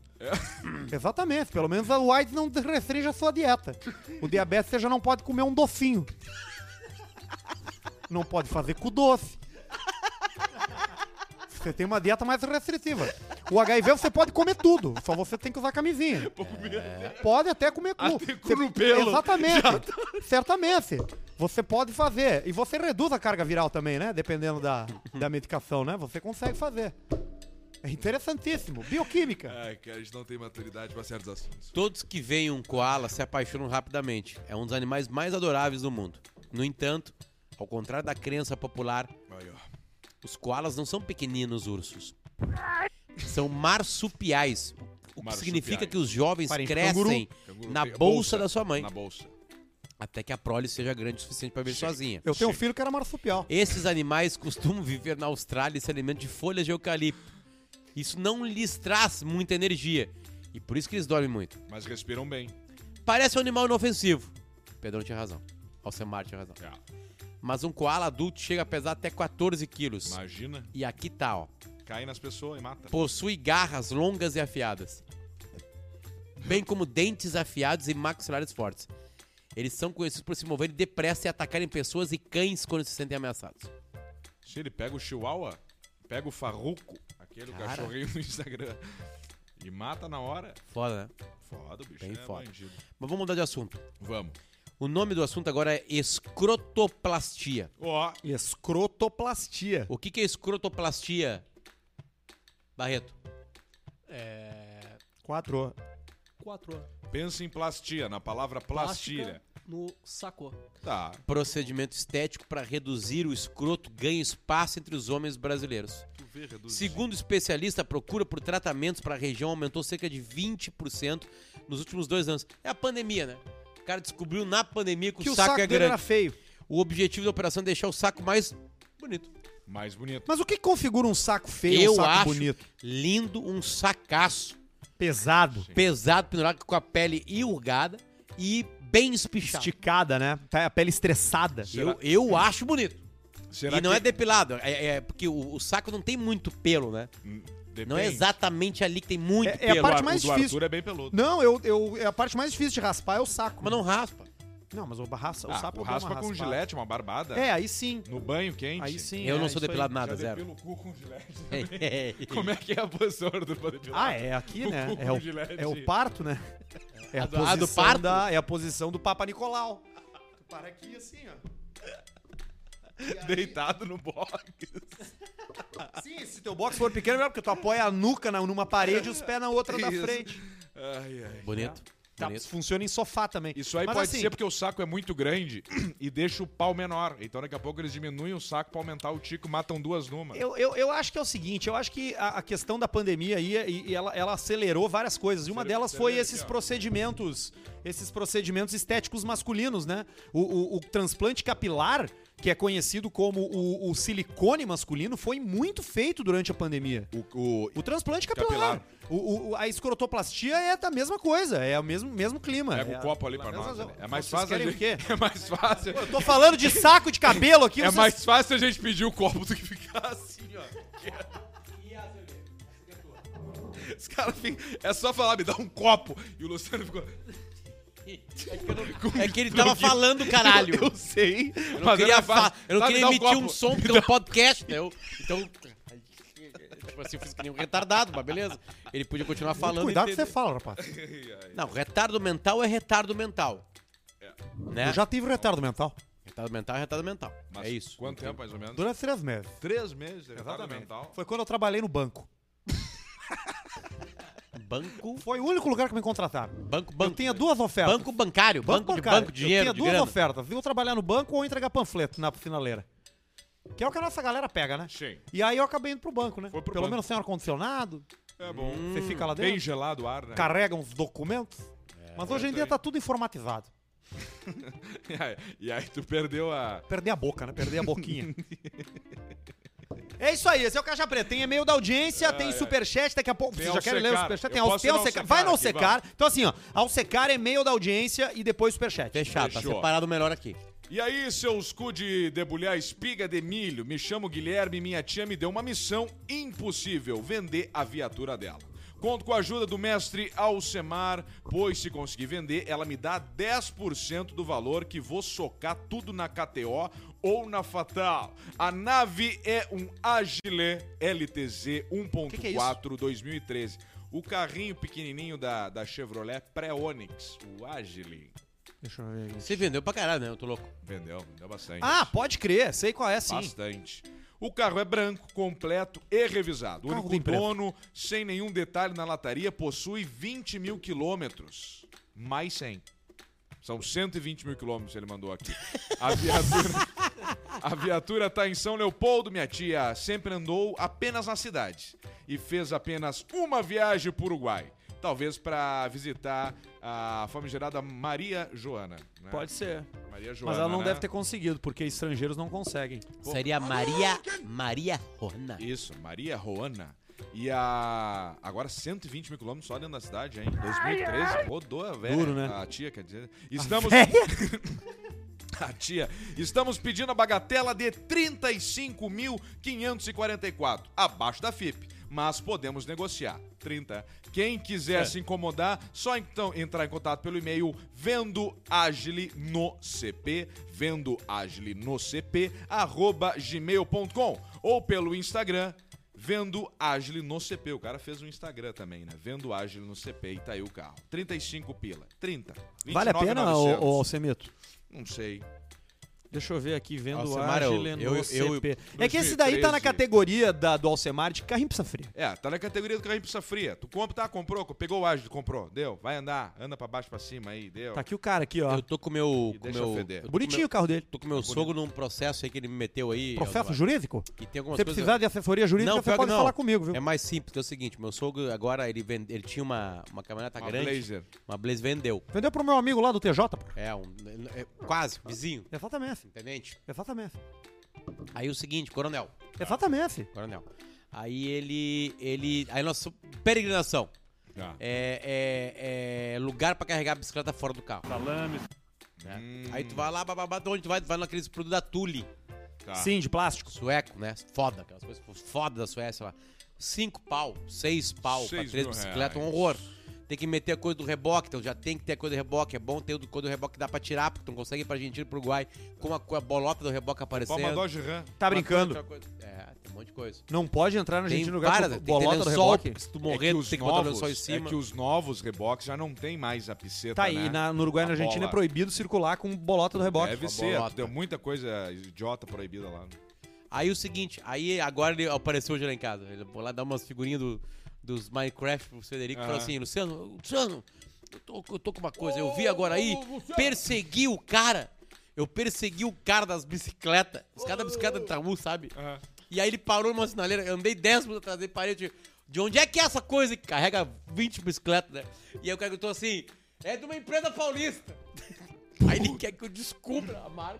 S1: Exatamente, pelo menos o AIDS não restringe a sua dieta. O diabetes você já não pode comer um docinho. Não pode fazer com doce. Você tem uma dieta mais restritiva. O HIV você pode comer tudo, só você tem que usar camisinha. É. Pode até comer cu.
S4: Até cu
S1: Você-
S4: no pelo.
S1: Exatamente. Certamente. Você pode fazer. E você reduz a carga viral também, né? Dependendo da, da medicação, né? Você consegue fazer. É interessantíssimo. Bioquímica.
S4: Ai, cara, a gente É, não tem maturidade pra certos assuntos.
S2: Todos que veem um koala se apaixonam rapidamente. É um dos animais mais adoráveis do mundo. No entanto, ao contrário da crença popular,
S4: Aí, ó.
S2: os koalas não são pequeninos ursos. São marsupiais. O que
S4: Marsupiais.
S2: significa que os jovens
S1: Parente
S2: crescem
S4: Canguru
S2: na
S4: tem-
S2: bolsa, da sua mãe,
S4: Na bolsa.
S2: até que a prole seja grande o suficiente para viver sozinha.
S1: Eu tenho um filho que era marsupial.
S2: Esses animais costumam viver na Austrália e se alimentam de folhas de eucalipto. Isso não lhes traz muita energia. E por isso que eles dormem muito.
S4: Mas respiram bem.
S2: Parece um animal inofensivo. Pedrão tinha razão. Alcemar tinha razão.
S4: É.
S2: Mas um koala adulto chega a pesar até 14 quilos.
S4: Imagina,
S2: E aqui tá, ó.
S4: cai nas pessoas e mata.
S2: Possui garras longas e afiadas. Bem como dentes afiados e maxilares fortes. Eles são conhecidos por se moverem depressa e atacarem pessoas e cães quando se sentem ameaçados.
S4: Se ele pega o chihuahua, pega o farruco, aquele
S2: Cara.
S4: cachorrinho no Instagram, e mata na hora,
S2: Foda, né?
S4: foda, o bicho
S2: Bem
S4: é
S2: foda.
S4: bandido.
S2: Mas vamos mudar de assunto.
S4: Vamos.
S2: O nome do assunto agora é escrotoplastia.
S4: Ó,
S1: Escrotoplastia.
S2: O que, que é escrotoplastia, Barreto?
S1: Quatro.
S6: Quatro
S4: pensa em plastia, na palavra plastilha.
S6: plástica no saco.
S4: Tá.
S2: Procedimento estético para reduzir o escroto ganha espaço entre os homens brasileiros.
S4: Tu vê, reduz.
S2: Segundo especialista, a procura por tratamentos para a região aumentou cerca de 20% nos últimos dois anos. É a pandemia, né? O cara descobriu na pandemia que,
S1: Que
S2: o saco, é
S1: dele
S2: grande.
S1: era feio.
S2: O objetivo da operação é deixar o saco mais bonito.
S4: Mais bonito.
S1: Mas o que configura um saco feio e
S2: Eu
S1: um saco
S2: acho
S1: bonito?
S2: lindo um sacaço.
S1: Pesado.
S2: pesado, pendurado com a pele enrugada e bem espichado.
S1: Esticada, né? Tá a pele estressada.
S2: Eu, eu acho bonito.
S4: Será
S2: e não
S4: que...
S2: é depilado, é, é porque o, o saco não tem muito pelo, né?
S4: hum, Depende.
S2: Não é exatamente ali que tem muito
S1: É- é a
S2: pelo.
S1: parte
S4: O
S1: mais
S4: do
S1: difícil.
S4: Arthur é bem peludo.
S1: Não, eu, eu, a parte mais difícil de raspar é o saco.
S2: Mas não raspa.
S1: Não, mas o, raça, Então o
S4: Ah,
S1: sapo
S4: o
S1: dá uma
S4: raspa com
S1: raspada.
S4: gilete, uma barbada.
S1: É, aí sim.
S4: No banho quente.
S1: Aí sim.
S2: eu
S1: é,
S2: não
S1: isso
S2: sou
S1: aí.
S2: depilado
S4: Já
S2: nada, zero.
S4: depila o cu com gilete. Como é que é a posição do depilar?
S1: Ah, é aqui, né?
S4: O cu
S1: É
S4: com
S1: o,
S4: gilete.
S1: é o parto, né? É a,
S2: do- ah, do
S1: posição
S2: parto?
S1: da- é a posição do Papa Nicolau. Tu para aqui assim, ó.
S4: Deitado no box.
S1: Sim, se teu box for pequeno, é melhor, porque tu apoia a nuca na- numa parede e os pés na outra da
S4: Isso.
S1: frente.
S4: Ai, ai.
S2: Bonito. É
S1: Tá,
S2: bonito.
S1: isso funciona em sofá também.
S4: Isso aí
S1: Mas
S4: pode
S1: assim,
S4: ser porque o saco é muito grande e deixa o pau menor. Então daqui a pouco eles diminuem o saco pra aumentar o tico, matam duas numa.
S1: Eu, eu, eu acho que é o seguinte, eu acho que a, a questão da pandemia aí, e, e ela, ela acelerou várias coisas. E uma
S4: Acelerou- é.
S1: delas foi
S4: acelera
S1: esses
S4: aqui, ó.
S1: procedimentos, esses procedimentos estéticos masculinos, né? O, o- o transplante capilar, que é conhecido como o, o silicone masculino, foi muito feito durante a pandemia.
S4: O, o-
S1: O transplante capilar.
S4: Capilar.
S1: O- O, o- a escrotoplastia é da mesma coisa, é o mesmo, mesmo clima.
S4: Pega
S1: é
S4: o copo ali
S1: a
S4: pra
S1: mesma
S4: nós.
S1: razão.
S4: né? É mais
S1: Vocês
S4: fácil a
S1: querem
S4: gente...
S1: o quê?
S4: É mais fácil.
S1: Tô falando de saco de cabelo aqui,
S4: É
S1: vocês-
S4: mais fácil a gente pedir o copo do que ficar assim, ó. Os caras ficam. É só falar, me dá um copo. E o Luciano ficou.
S2: É que ele tava falando, caralho.
S4: Eu sei.
S2: Eu não queria, fa- eu não queria emitir um som porque é um
S4: copo.
S2: podcast. né? Eu- então. Tipo assim, eu fiz que nem um retardado, mas beleza. Ele podia continuar falando.
S1: Cuidado que
S2: entendeu?
S1: você fala, rapaz.
S2: Não, retardo mental é retardo mental. Né?
S1: É. Eu já tive retardo mental.
S2: Retardo mental é retardo mental.
S4: Mas
S2: é isso.
S4: Quanto tempo, mais ou menos?
S1: Durante três meses.
S4: Três meses de retardamento mental.
S1: Foi quando eu trabalhei no banco.
S2: Banco,
S1: Foi o único lugar que me contrataram.
S2: banco,
S1: Eu
S2: banco.
S1: tinha duas ofertas.
S2: Banco bancário, banco, de
S1: bancário.
S2: banco, de dinheiro,
S1: Eu
S2: de
S1: tinha duas
S2: grana.
S1: ofertas. Viu trabalhar no banco ou entregar panfleto na finaleira. Que é o que a nossa galera pega, né?
S4: Sim.
S1: E aí eu acabei indo pro banco, né?
S4: Foi pro
S1: Pelo
S4: banco.
S1: menos sem ar-condicionado.
S4: É bom.
S2: Hum.
S1: Você fica lá
S4: Bem
S1: dentro,
S4: gelado o ar, né?
S1: carrega uns documentos.
S2: É,
S1: Mas hoje em
S4: eu
S1: dia
S4: também.
S1: tá tudo informatizado.
S4: e aí tu perdeu a.
S1: Perder a boca, né? Perder a boquinha. É isso aí, esse é o Caixa Preta. Tem e-mail da audiência, tem superchat, daqui a pouco.
S4: Tem
S1: Vocês já
S4: ao
S1: querem ler o
S4: secar.
S1: superchat?
S4: Eu
S1: Tem ao,
S4: posso
S1: tem
S4: ir
S1: ao
S4: ao
S1: secar.
S4: secar
S1: Vai no ao
S4: aqui,
S1: secar. Então assim, ó, ao secar, e-mail da audiência e depois superchat.
S2: Fechado, tá
S4: Fechou.
S2: separado melhor aqui.
S4: E aí, seus cu de debulhar espiga de milho, me chamo Guilherme e minha tia me deu uma missão impossível: vender a viatura dela. Conto com a ajuda do mestre Alcemar, pois se conseguir vender, ela me dá 10% do valor que vou socar tudo na KTO ou na Fatal. A nave é um Agile LTZ 1.4
S1: Que que é isso?
S4: 2013. O carrinho pequenininho da, da Chevrolet pré-Onix, o Agile.
S1: Deixa eu ver aqui.
S2: Você vendeu pra caralho, né? Eu tô louco.
S4: Vendeu, vendeu bastante.
S1: Ah, pode crer, sei qual é, sim.
S4: Bastante. O carro é branco, completo e revisado. O
S1: Carro
S4: único
S1: tem preto.
S4: dono, sem nenhum detalhe na lataria, possui 20 mil quilômetros. Mais 100. São 120 mil quilômetros, ele mandou aqui. A viatura, a viatura tá em São Leopoldo, minha tia sempre andou apenas na cidade. E fez apenas uma viagem pro Uruguai. Talvez para visitar a famigerada Maria Joana. né?
S1: ser.
S4: Maria Joana.
S1: Mas ela não
S4: né?
S1: deve ter conseguido, porque estrangeiros não conseguem.
S2: Seria Maria. Maria Rona.
S4: Isso, Maria Roana. E a. Agora 120 mil quilômetros só dentro da cidade, hein? 2013, rodou a velha.
S1: Duro, né?
S4: A tia, quer dizer. Estamos. a Ah, tia. Estamos pedindo a bagatela de 35.544, abaixo da FIP. Mas podemos negociar. 30. Quem quiser
S1: É.
S4: se incomodar, só então entrar em contato pelo e-mail vendo no CP, vendo no CP, arroba gmail.com ou pelo Instagram Vendo Agile no CP. O cara fez um Instagram também, né? Vendo Agile no CP e tá aí o carro. 35 pila. 30.
S1: Vale a pena, ô
S4: 29.900.
S1: ô Alcemito?
S4: Não sei.
S1: Deixa eu ver aqui, vendo
S2: Alcemar,
S1: a
S2: eu-
S1: Agile
S2: eu-
S1: no
S2: eu-
S1: CP. É que esse daí tá na
S4: 2013.
S1: categoria da, do Alcemar de carrinho pizza fria.
S4: É, tá na categoria do carrinho pizza fria. Tu compra, tá? Comprou, pegou o Agile, comprou. Deu. Vai andar. Anda pra baixo, pra cima aí. Deu.
S1: Tá aqui o cara aqui, ó.
S2: Eu tô com meu.
S4: E
S2: Com
S4: deixa
S2: meu
S4: feder.
S2: eu tô com
S1: Bonitinho
S2: meu-
S1: o carro dele.
S2: Tô com meu sogro num processo aí que ele me meteu aí.
S1: Processo
S2: Alcemar.
S1: jurídico?
S2: E tem algumas
S1: Se
S2: coisas-
S1: precisar de assessoria jurídica,
S2: Não,
S1: você
S2: pior
S1: pode
S2: que não.
S1: falar comigo, viu?
S2: É mais simples, que é o seguinte, meu sogro agora, ele, vende, ele tinha uma, uma caminhoneta
S4: Uma
S2: grande,
S4: Blazer.
S2: uma Blaze vendeu.
S1: Vendeu pro meu amigo lá do TJ, pô.
S2: É, um, é quase, vizinho,
S1: Exatamente.
S2: tenente.
S1: Exatamente.
S2: Aí o seguinte, coronel,
S1: Exatamente.
S2: coronel. Aí ele, ele, aí nossa peregrinação,
S4: Tá.
S2: é, é- é lugar pra carregar a bicicleta fora do carro. Salames. Aí tu vai lá, bababá, de onde tu vai? Tu vai naqueles produtos da Thule.
S4: Tá.
S1: Sim, de plástico.
S2: sueco, né? Foda, aquelas coisas foda da Suécia lá. Cinco pau, seis pau pra
S4: Seis
S2: três
S4: mil
S2: bicicletas, um
S4: reais.
S2: horror. tem que meter a coisa do reboque, então já tem que ter a coisa do reboque. É bom ter a coisa do reboque que dá pra tirar, porque tu não consegue ir pra Argentina e pro Uruguai com a, com a bolota do reboque aparecendo.
S4: Palma Dodge Ram.
S1: Tá
S2: Uma
S1: brincando.
S2: coisa, outra coisa. É, tem um monte de coisa.
S1: Não pode entrar na
S2: Tem
S1: Argentina no lugar com
S2: várias, tem que ter
S1: bolota do
S2: lençol,
S1: reboque. é
S2: porque se tu morrer, tu tem que botar o lençol em cima.
S4: é que os novos reboques já não tem mais a piceta,
S1: Tá
S4: né?
S1: aí, na, no Uruguai e na
S4: A
S1: Argentina é
S4: bola.
S1: proibido circular com bolota do reboque.
S4: Deve
S2: a
S4: ser,
S2: bolota.
S4: deu muita coisa idiota proibida lá.
S2: Aí o seguinte, aí agora ele apareceu hoje lá em casa. Ele foi lá dar umas figurinhas do- dos Minecraft pro Federico e falou
S4: Aham.
S2: assim, Luciano, Luciano, eu tô, eu tô com uma coisa, eu vi agora aí, persegui o cara. Eu persegui o cara das bicicletas. Os caras da bicicleta de Tramu, sabe? E aí ele parou numa sinaleira, eu andei 10 minutos atrás dele, parei, eu digo, de onde é que é essa coisa que carrega 20 bicicletas, né? E aí o cara gritou assim, é de uma empresa paulista. Aí ele quer que eu descubra a marca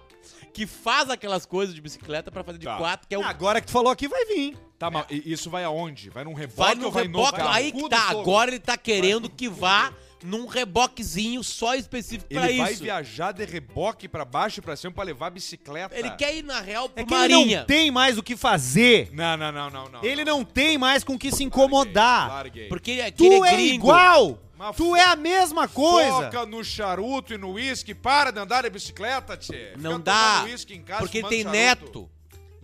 S2: que faz aquelas coisas de bicicleta pra fazer de
S4: Tá.
S2: quatro, que é o
S1: Agora que tu falou aqui, vai vir. hein?
S4: Tá, mas e isso vai aonde? Vai num reboque
S2: Vai no
S4: ou vai
S2: reboque,
S4: no carro?
S2: aí
S4: Cu
S2: que
S4: do
S2: tá.
S4: sogro.
S2: Agora ele tá querendo que vá num reboquezinho só específico
S4: Ele
S2: é pra
S4: vai
S2: isso.
S4: viajar de reboque pra baixo e pra cima pra levar a bicicleta.
S2: Ele quer ir, na real, pro
S1: É que ele
S2: Marinha.
S1: não tem mais o que fazer.
S4: Não, não, não, não, não.
S1: Ele não tem mais com o que se incomodar.
S4: Larguei.
S2: Porque ele, que
S1: Tu
S2: ele
S1: é
S2: gringo.
S1: igual.
S4: Mas
S1: Tu
S4: fo-
S1: é a mesma
S2: é.
S1: coisa.
S4: Foca no charuto e no uísque, para de andar de bicicleta, tchê.
S2: Não
S4: Fica
S2: dá.
S4: É tomando uísque em casa,
S2: Porque ele
S4: fumando
S2: tem
S4: charuto.
S2: neto.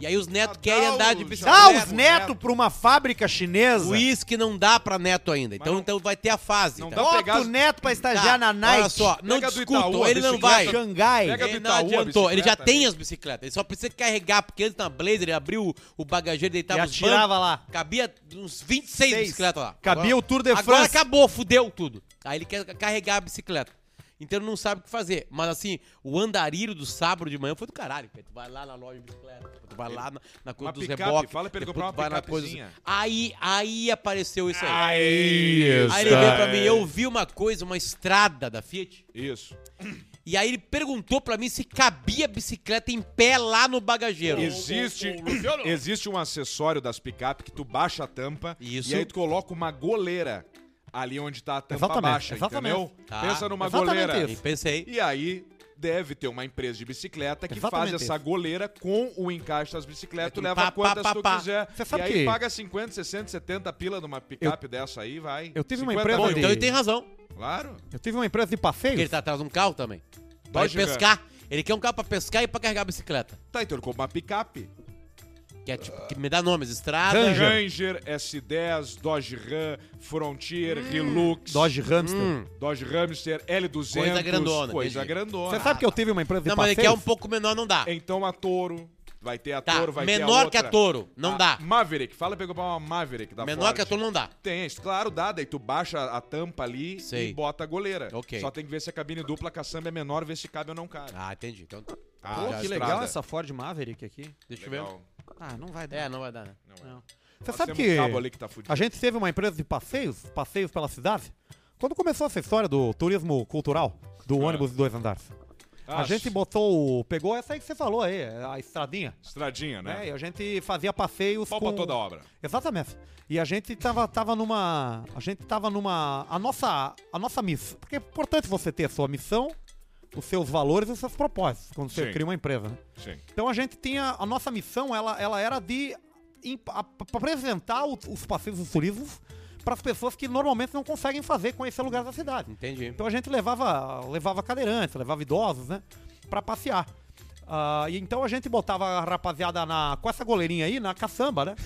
S2: E aí os netos
S4: Ah,
S2: querem
S4: dá
S2: andar
S4: o
S2: de
S1: Dá
S4: Ah,
S2: bicicleta.
S1: Tá, os netos pra uma fábrica chinesa.
S2: O uísque não dá pra neto ainda. Então,
S4: não-
S2: então vai ter a fase.
S4: não
S2: tá?
S4: dá
S1: Bota
S4: pegar-
S1: o neto pra estagiar
S2: Tá,
S1: na Nike.
S2: Olha só, não
S4: Pega do
S2: discutam,
S4: Itaú a
S2: ele não
S4: bicicleta.
S2: vai.
S1: Xangai.
S4: Pega do
S2: Ele não
S4: Itaú a
S2: adiantou, ele já
S4: bicicleta
S2: tem
S4: dele.
S2: as bicicletas, ele só precisa carregar, porque antes na Blazer ele abriu o bagageiro,
S1: E
S2: deitava os
S1: atirava
S2: bancos,
S1: lá.
S2: Cabia uns 26
S1: Seis.
S2: bicicletas lá.
S1: Cabia o Tour de
S2: Agora
S1: France.
S2: acabou, fudeu tudo. Aí ele quer carregar a bicicleta. Então ele não sabe o que fazer. Mas assim, o andarilho do sábado de manhã foi do caralho. cara. Tu vai lá na loja de bicicleta, tu vai lá na, na coisa
S4: Uma
S2: dos
S4: picape,
S2: reboques.
S4: fala pra ele
S2: depois
S4: comprar
S2: tu
S4: uma
S2: vai na coisa-
S4: picapezinha.
S2: Aí, aí apareceu isso aí.
S4: Aí, É.
S2: aí ele veio pra mim, eu vi uma coisa, uma estrada da Fiat.
S4: Isso.
S2: E aí ele perguntou pra mim se cabia bicicleta em pé lá no bagageiro.
S4: Existe, existe um acessório das picape que tu baixa a tampa
S2: Isso.
S4: e aí tu coloca uma goleira ali onde tá a tampa
S1: Exatamente,
S4: baixa,
S1: exatamente.
S4: entendeu?
S2: Tá.
S4: Pensa numa
S1: Exatamente
S4: goleira.
S1: isso.
S2: E pensei.
S4: E aí deve ter uma empresa de bicicleta que
S1: Exatamente
S4: faz essa
S1: isso.
S4: goleira com o encaixe das bicicletas, tu
S2: Aquele
S4: leva
S2: É, pá,
S4: quantas
S2: pá,
S4: tu
S2: pá, pá.
S4: quiser.
S1: Você sabe
S4: e aí
S1: que-
S4: paga 50, 60, 70 pila numa picape dessa aí, vai.
S1: Eu tive uma
S4: 50
S1: empresa
S2: Bom,
S4: mil,
S1: de-
S2: então ele tem razão.
S4: Claro.
S1: Eu tive uma empresa de
S2: Porque ele
S1: passeios.
S2: tá atrás de um carro também. Pra ele
S4: Dodge Ram.
S2: pescar. Ele quer um carro pra pescar e pra carregar a bicicleta.
S4: Tá, então ele comprou uma picape.
S2: Que é tipo, que me dá nomes, estrada.
S1: Ranger.
S4: Ranger, S10, Dodge Ram, Frontier,
S2: Hum.
S4: Hilux.
S1: Dodge Hamster.
S4: Dodge Hamster, L200.
S2: Coisa grandona,
S4: Coisa
S2: entendi.
S4: grandona.
S1: Você sabe que eu tive uma empresa de
S2: Não, mas ele
S1: passeios?
S2: quer um pouco menor, não dá.
S4: Então a Toro. Vai ter a
S2: Tá,
S4: Toro, vai ter a
S2: menor que
S4: outra. Ah,
S2: a Toro, não dá.
S4: Maverick. Fala pra eu comprar uma Maverick da
S2: Menor
S4: Ford.
S2: que a Toro não dá.
S4: Tem, isso, claro, dá. Daí tu baixa a tampa ali
S2: Sei.
S4: e bota a goleira.
S2: Ok.
S4: Só tem que ver se a cabine dupla caçamba é menor, ver se cabe ou não cabe.
S2: Ah, entendi. Então, tá.
S4: Ah,
S1: Pô,
S4: já
S1: que
S4: estrada.
S1: legal essa Ford Maverick aqui.
S2: deixa eu ver.
S4: Legal.
S1: Ah, não vai dar.
S2: É, não vai dar, né?
S1: Não. Você
S4: Nós
S1: sabe
S4: temos um
S1: que
S4: cabo ali que tá fudido.
S1: a gente teve uma empresa de passeios, passeios pela cidade, quando começou essa história do turismo cultural, do ônibus de dois andares.
S4: Ah,
S1: a gente botou, o- pegou essa aí que você falou aí, a estradinha.
S4: Estradinha, né?
S1: né? E a gente fazia passeios
S4: Pau pra toda obra.
S1: Exatamente. E a gente tava, tava numa. A gente tava numa. A nossa, a nossa missão. Porque é importante você ter a sua missão, os seus valores e os seus propósitos quando você
S4: Sim.
S1: cria uma empresa, né?
S4: Sim.
S1: Então a gente tinha. A nossa missão, ela, ela era de imp- a- p- apresentar os, os passeios os turismos para as pessoas que normalmente não conseguem fazer, conhecer lugares da cidade.
S2: Entendi.
S1: Então a gente levava, levava cadeirantes, levava idosos, né? Pra passear. Ah, e então a gente botava a rapaziada na, com essa goleirinha aí na caçamba, né?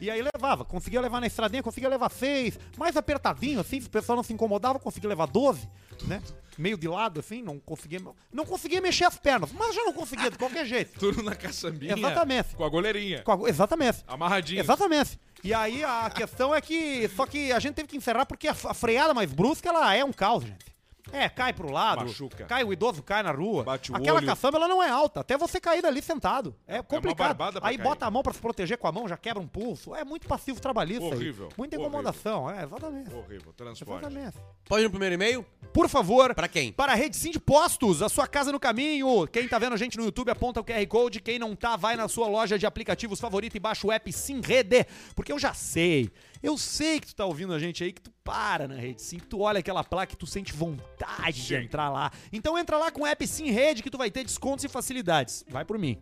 S1: E aí levava, conseguia levar na estradinha, conseguia levar seis, mais apertadinho, assim, se o pessoal não se incomodava, conseguia levar 12, né? Meio de lado, assim, não conseguia. Não conseguia mexer as pernas, mas já não conseguia, de qualquer jeito.
S4: Tudo na caçambinha.
S1: Exatamente.
S4: Com a goleirinha.
S1: Com a- exatamente.
S4: Amarradinho.
S1: Exatamente. E aí a questão é que. Só que a gente teve que encerrar porque a, a freada mais brusca ela é um caos, gente. É, cai pro lado.
S4: Machuca.
S1: Cai o idoso, cai na rua.
S4: Bate o
S1: Aquela
S4: olho.
S1: caçamba ela não é alta. Até você cair dali sentado. É complicado.
S4: barbada pra
S1: aí
S4: cair.
S1: bota a mão pra se proteger com a mão, já quebra um pulso. É muito passivo trabalhista. aí.
S4: Horrível.
S1: Muita
S4: Horrível.
S1: incomodação. É, exatamente.
S4: Horrível. Transporte.
S1: Exatamente.
S2: Pode ir no primeiro e-mail?
S1: Por favor,
S2: Pra quem?
S1: para a Rede Sim de Postos, a sua casa no caminho. Quem tá vendo a gente no YouTube, aponta o QR Code. Quem não tá, vai na sua loja de aplicativos favorita e baixa o app Sim Rede. Porque eu já sei, eu sei que tu tá ouvindo a gente aí, que tu para na Rede Sim, que tu olha aquela placa e tu sente vontade de entrar lá. Então entra lá com o app Sim Rede que tu vai ter descontos e facilidades. Vai por mim.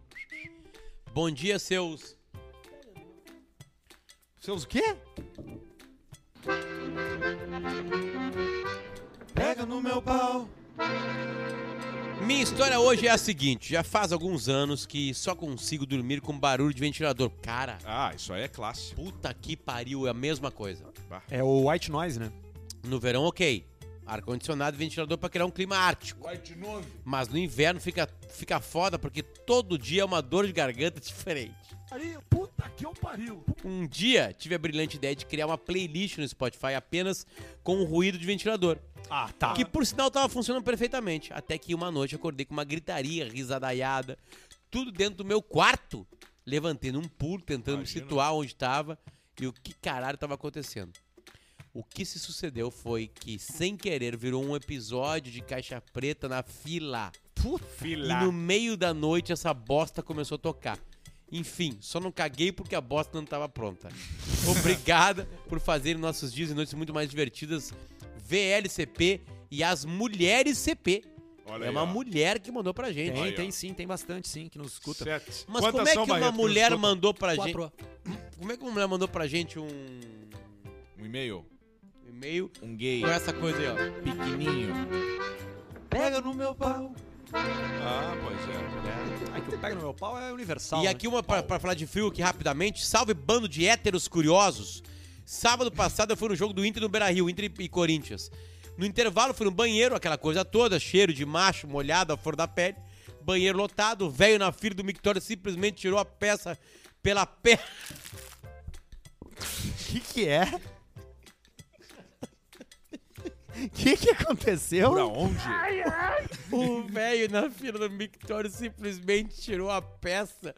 S2: Bom dia, seus.
S1: Seus o quê?
S4: escreve no meu pau.
S2: Minha história hoje é a seguinte: já faz alguns anos que só consigo dormir com barulho de ventilador. Cara,
S4: Ah, isso aí é clássico.
S2: puta que pariu, é a mesma coisa.
S4: Bah.
S1: É o white noise, né?
S2: No verão, ok. Ar-condicionado e ventilador pra criar um clima ártico. Mas no inverno fica, fica foda porque todo dia é uma dor de garganta diferente. puta que eu pariu. Um dia tive a brilhante ideia de criar uma playlist no Spotify apenas com o ruído de ventilador.
S1: Ah, tá.
S2: Que por sinal tava funcionando perfeitamente. Até que uma noite acordei com uma gritaria, risadaiada, tudo dentro do meu quarto. Levantei num pulo, tentando me situar onde tava e o que caralho tava acontecendo. O que se sucedeu foi que, sem querer, virou um episódio de caixa preta na fila. E no meio da noite essa bosta começou a tocar. Enfim, só não caguei porque a bosta não estava pronta. Obrigada por fazerem nossos dias e noites muito mais divertidas. VLCP e as mulheres CP.
S4: Olha
S2: é
S4: aí,
S2: uma
S4: ó.
S2: mulher que mandou pra gente.
S4: Olha aí,
S1: Tem,
S4: ó.
S1: tem sim, tem bastante sim que nos escuta.
S4: Sete.
S2: Mas
S4: Quantas
S2: como é
S4: são,
S2: que uma
S4: Barreto, que nos
S2: mulher
S4: escutam?
S2: mandou pra gente.
S6: 4
S2: Como é que uma mulher mandou pra gente um
S4: Um e-mail.
S2: e-mail
S7: Um gay
S2: com essa coisa aí, ó?
S7: pequenininho. Pega no meu pau.
S4: Ah, pois é.
S1: Ai, que eu pego no meu pau é universal.
S2: e
S1: né?
S2: aqui uma pra, pra falar de frio aqui rapidamente. Salve bando de héteros curiosos. Sábado passado eu fui no jogo do Inter no Beira-Rio, Inter e Corinthians. No intervalo fui no banheiro, aquela coisa toda, cheiro de macho, molhado, a flor da pele. Banheiro lotado, o velho na fila do Mictório simplesmente tirou a peça pela perna.
S1: O que que é? O que que aconteceu?
S4: Pra onde?
S2: O velho na fila do Mictório simplesmente tirou a peça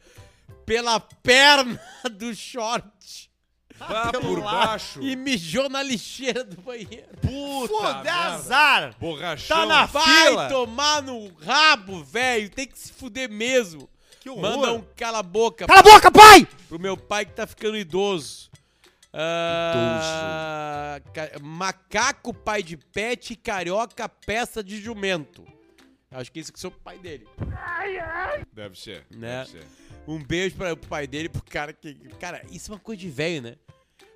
S2: pela perna do short
S4: Vá por baixo.
S2: e mijou na lixeira do banheiro.
S1: Foda
S4: Puta
S1: azar!
S4: Borrachão.
S1: Tá na-
S2: Vai
S1: Fila.
S2: tomar no rabo, velho. Tem que se fuder mesmo.
S4: Que horror.
S2: Manda um cala a boca
S1: Cala a boca, pai!
S2: pro meu pai que tá ficando idoso. Ah, ca- macaco, pai de pet e carioca, peça de jumento. Acho que isso que sou o pai dele.
S4: Deve ser.
S2: Né?
S4: Deve ser.
S2: Um beijo para o pai dele, pro cara que. Cara, isso é uma coisa de velho, né?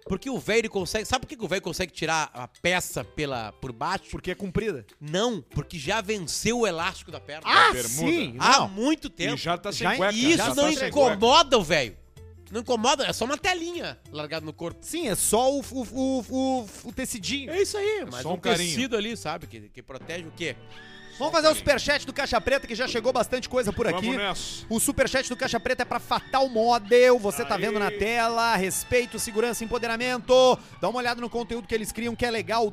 S2: Porque o velho ele consegue. Sabe por que que o velho consegue tirar a peça pela, por baixo?
S1: Porque é comprida.
S2: Não, porque já venceu o elástico da perna.
S1: Ah,
S4: bermuda.
S1: sim!
S2: Há
S1: não.
S2: muito
S4: E
S2: tempo.
S4: já tá sem
S1: um- Já-
S4: cueca.
S2: E
S4: já tá
S2: isso não
S4: sem
S2: incomoda o velho. Não incomoda, é só uma telinha largada no corpo.
S1: Sim, é só o, o, o, o- o tecidinho.
S2: É isso aí, mas
S4: Só um
S2: um
S4: carinho.
S2: tecido ali, sabe? Que, que protege o quê?
S1: Vamos fazer o superchat do Caixa Preta, que já chegou bastante coisa por
S4: cueca.
S1: aqui.
S4: Vamos nessa.
S1: O superchat do Caixa Preta é pra Fatal Model, você tá
S4: Aí.
S1: vendo na tela. Respeito, segurança, empoderamento. Dá uma olhada no conteúdo que eles criam, que é legal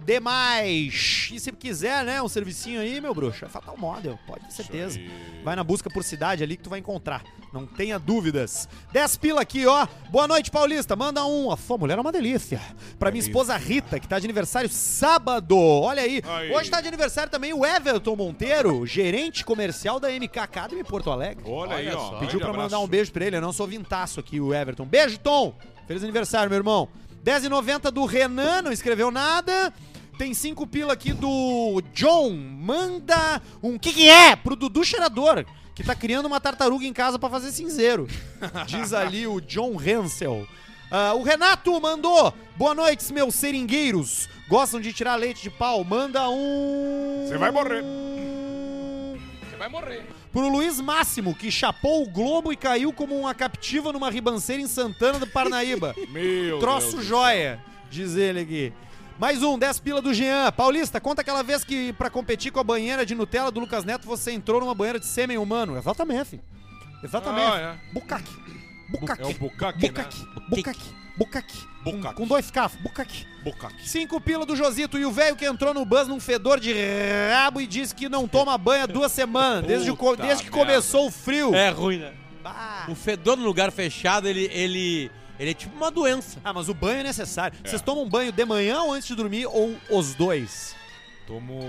S1: demais. E se quiser, né, um servicinho aí, meu bruxo, é Fatal Model, pode ter certeza. Vai na busca por cidade ali que tu vai encontrar. Não tenha dúvidas. 10 pila aqui, ó. Boa noite, Paulista. Manda um. A sua mulher é uma delícia. Pra minha esposa Rita, que tá de aniversário sábado. Olha aí.
S4: Aí.
S1: Hoje tá de aniversário também o Everton Monteiro, gerente comercial da MK Academy Porto Alegre.
S4: Olha, aí,
S2: Olha
S4: ó.
S2: só.
S4: Grande
S1: Pediu pra mandar
S4: abraço.
S1: um beijo pra ele, eu não sou vintaço aqui, o Everton. Beijo, Tom! Feliz aniversário, meu irmão. 10,90 do Renan, não escreveu nada. Tem 5 pila aqui do John. Manda um que que é pro Dudu Cheirador, que tá criando uma tartaruga em casa pra fazer cinzeiro. Diz ali o John Hansel. Ah, o Renato mandou. Boa noite, meus seringueiros. Gostam de tirar leite de pau? Manda um.
S4: Você vai morrer.
S1: Pro Luiz Máximo, que chapou o globo e caiu como uma captiva numa ribanceira em Santana do Parnaíba.
S4: Meu
S1: Troço
S4: Deus.
S1: joia, diz ele aqui. Mais um, 10 pila do Jean. Paulista, conta aquela vez que pra competir com a banheira de Nutella do Lucas Neto, você entrou numa banheira de sêmen humano. Exatamente, filho. Exatamente.
S4: Ah,
S1: Bucaque. Bucaque.
S4: é. É um bucaque, né?
S1: Bucaque. Bucaque. Bucaque. Com-
S4: Bucaque.
S1: Com dois cafos. Bucaque.
S4: Bucaque.
S1: Cinco pila do Josito e o velho que entrou no bus num fedor de rabo e disse que não toma banho há duas semanas, desde, o co-
S4: Puta
S1: desde que
S4: merda.
S1: começou o frio.
S2: É ruim, né?
S1: Ah,
S2: O fedor no lugar fechado, ele, ele, ele é tipo uma doença.
S1: Ah, mas o banho é necessário. Vocês tomam banho de manhã ou antes de dormir ou os dois?
S4: Tomo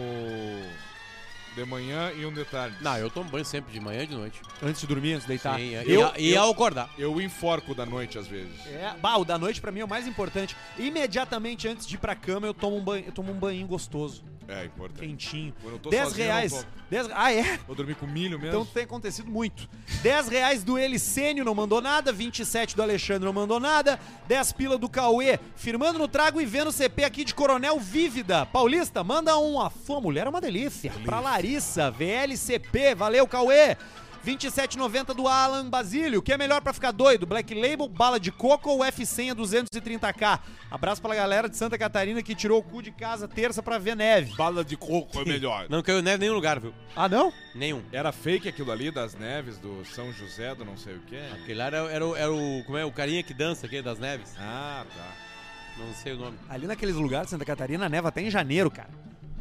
S4: de manhã e um detalhe.
S2: Não, eu tomo banho sempre de manhã e de noite.
S1: Antes de dormir, antes de deitar?
S4: é.
S2: Sim, é.
S1: Tá.
S2: e,
S1: eu,
S2: e ao acordar.
S4: Eu enforco da noite às vezes.
S1: É, bah, o da noite pra mim é o mais importante. Imediatamente antes de ir pra cama, eu tomo um banho, eu tomo um banho gostoso.
S4: É importante.
S1: Quentinho.
S4: Quando eu tô
S1: 10
S4: sozinho,
S1: reais.
S4: eu não
S1: 10 Ah, é?
S4: Vou dormir com milho mesmo.
S1: Então tem acontecido muito. 10 reais do Elicênio não mandou nada, 27 do Alexandre não mandou nada, 10 pila do Cauê, firmando no trago e vendo o CP aqui de Coronel Vívida. Paulista, manda um. A sua mulher é uma delícia. Pra Larissa, VLCP, valeu Cauê. 27,90 do Alan Basílio. O que é melhor pra ficar doido? Black Label, bala de coco ou F100 a 230k? Abraço pra galera de Santa Catarina que tirou o cu de casa terça pra ver neve.
S4: Bala de coco é melhor.
S2: Não caiu neve em nenhum lugar, viu?
S1: Ah, não?
S2: Nenhum.
S4: Era fake aquilo ali das neves do São José, do não sei o quê?
S2: Aquele lá era, era, o- era o. Como é? O carinha que dança aqui das neves.
S4: Ah, tá.
S2: Não sei o nome.
S1: Ali naqueles lugares, Santa Catarina, neva até em janeiro, cara.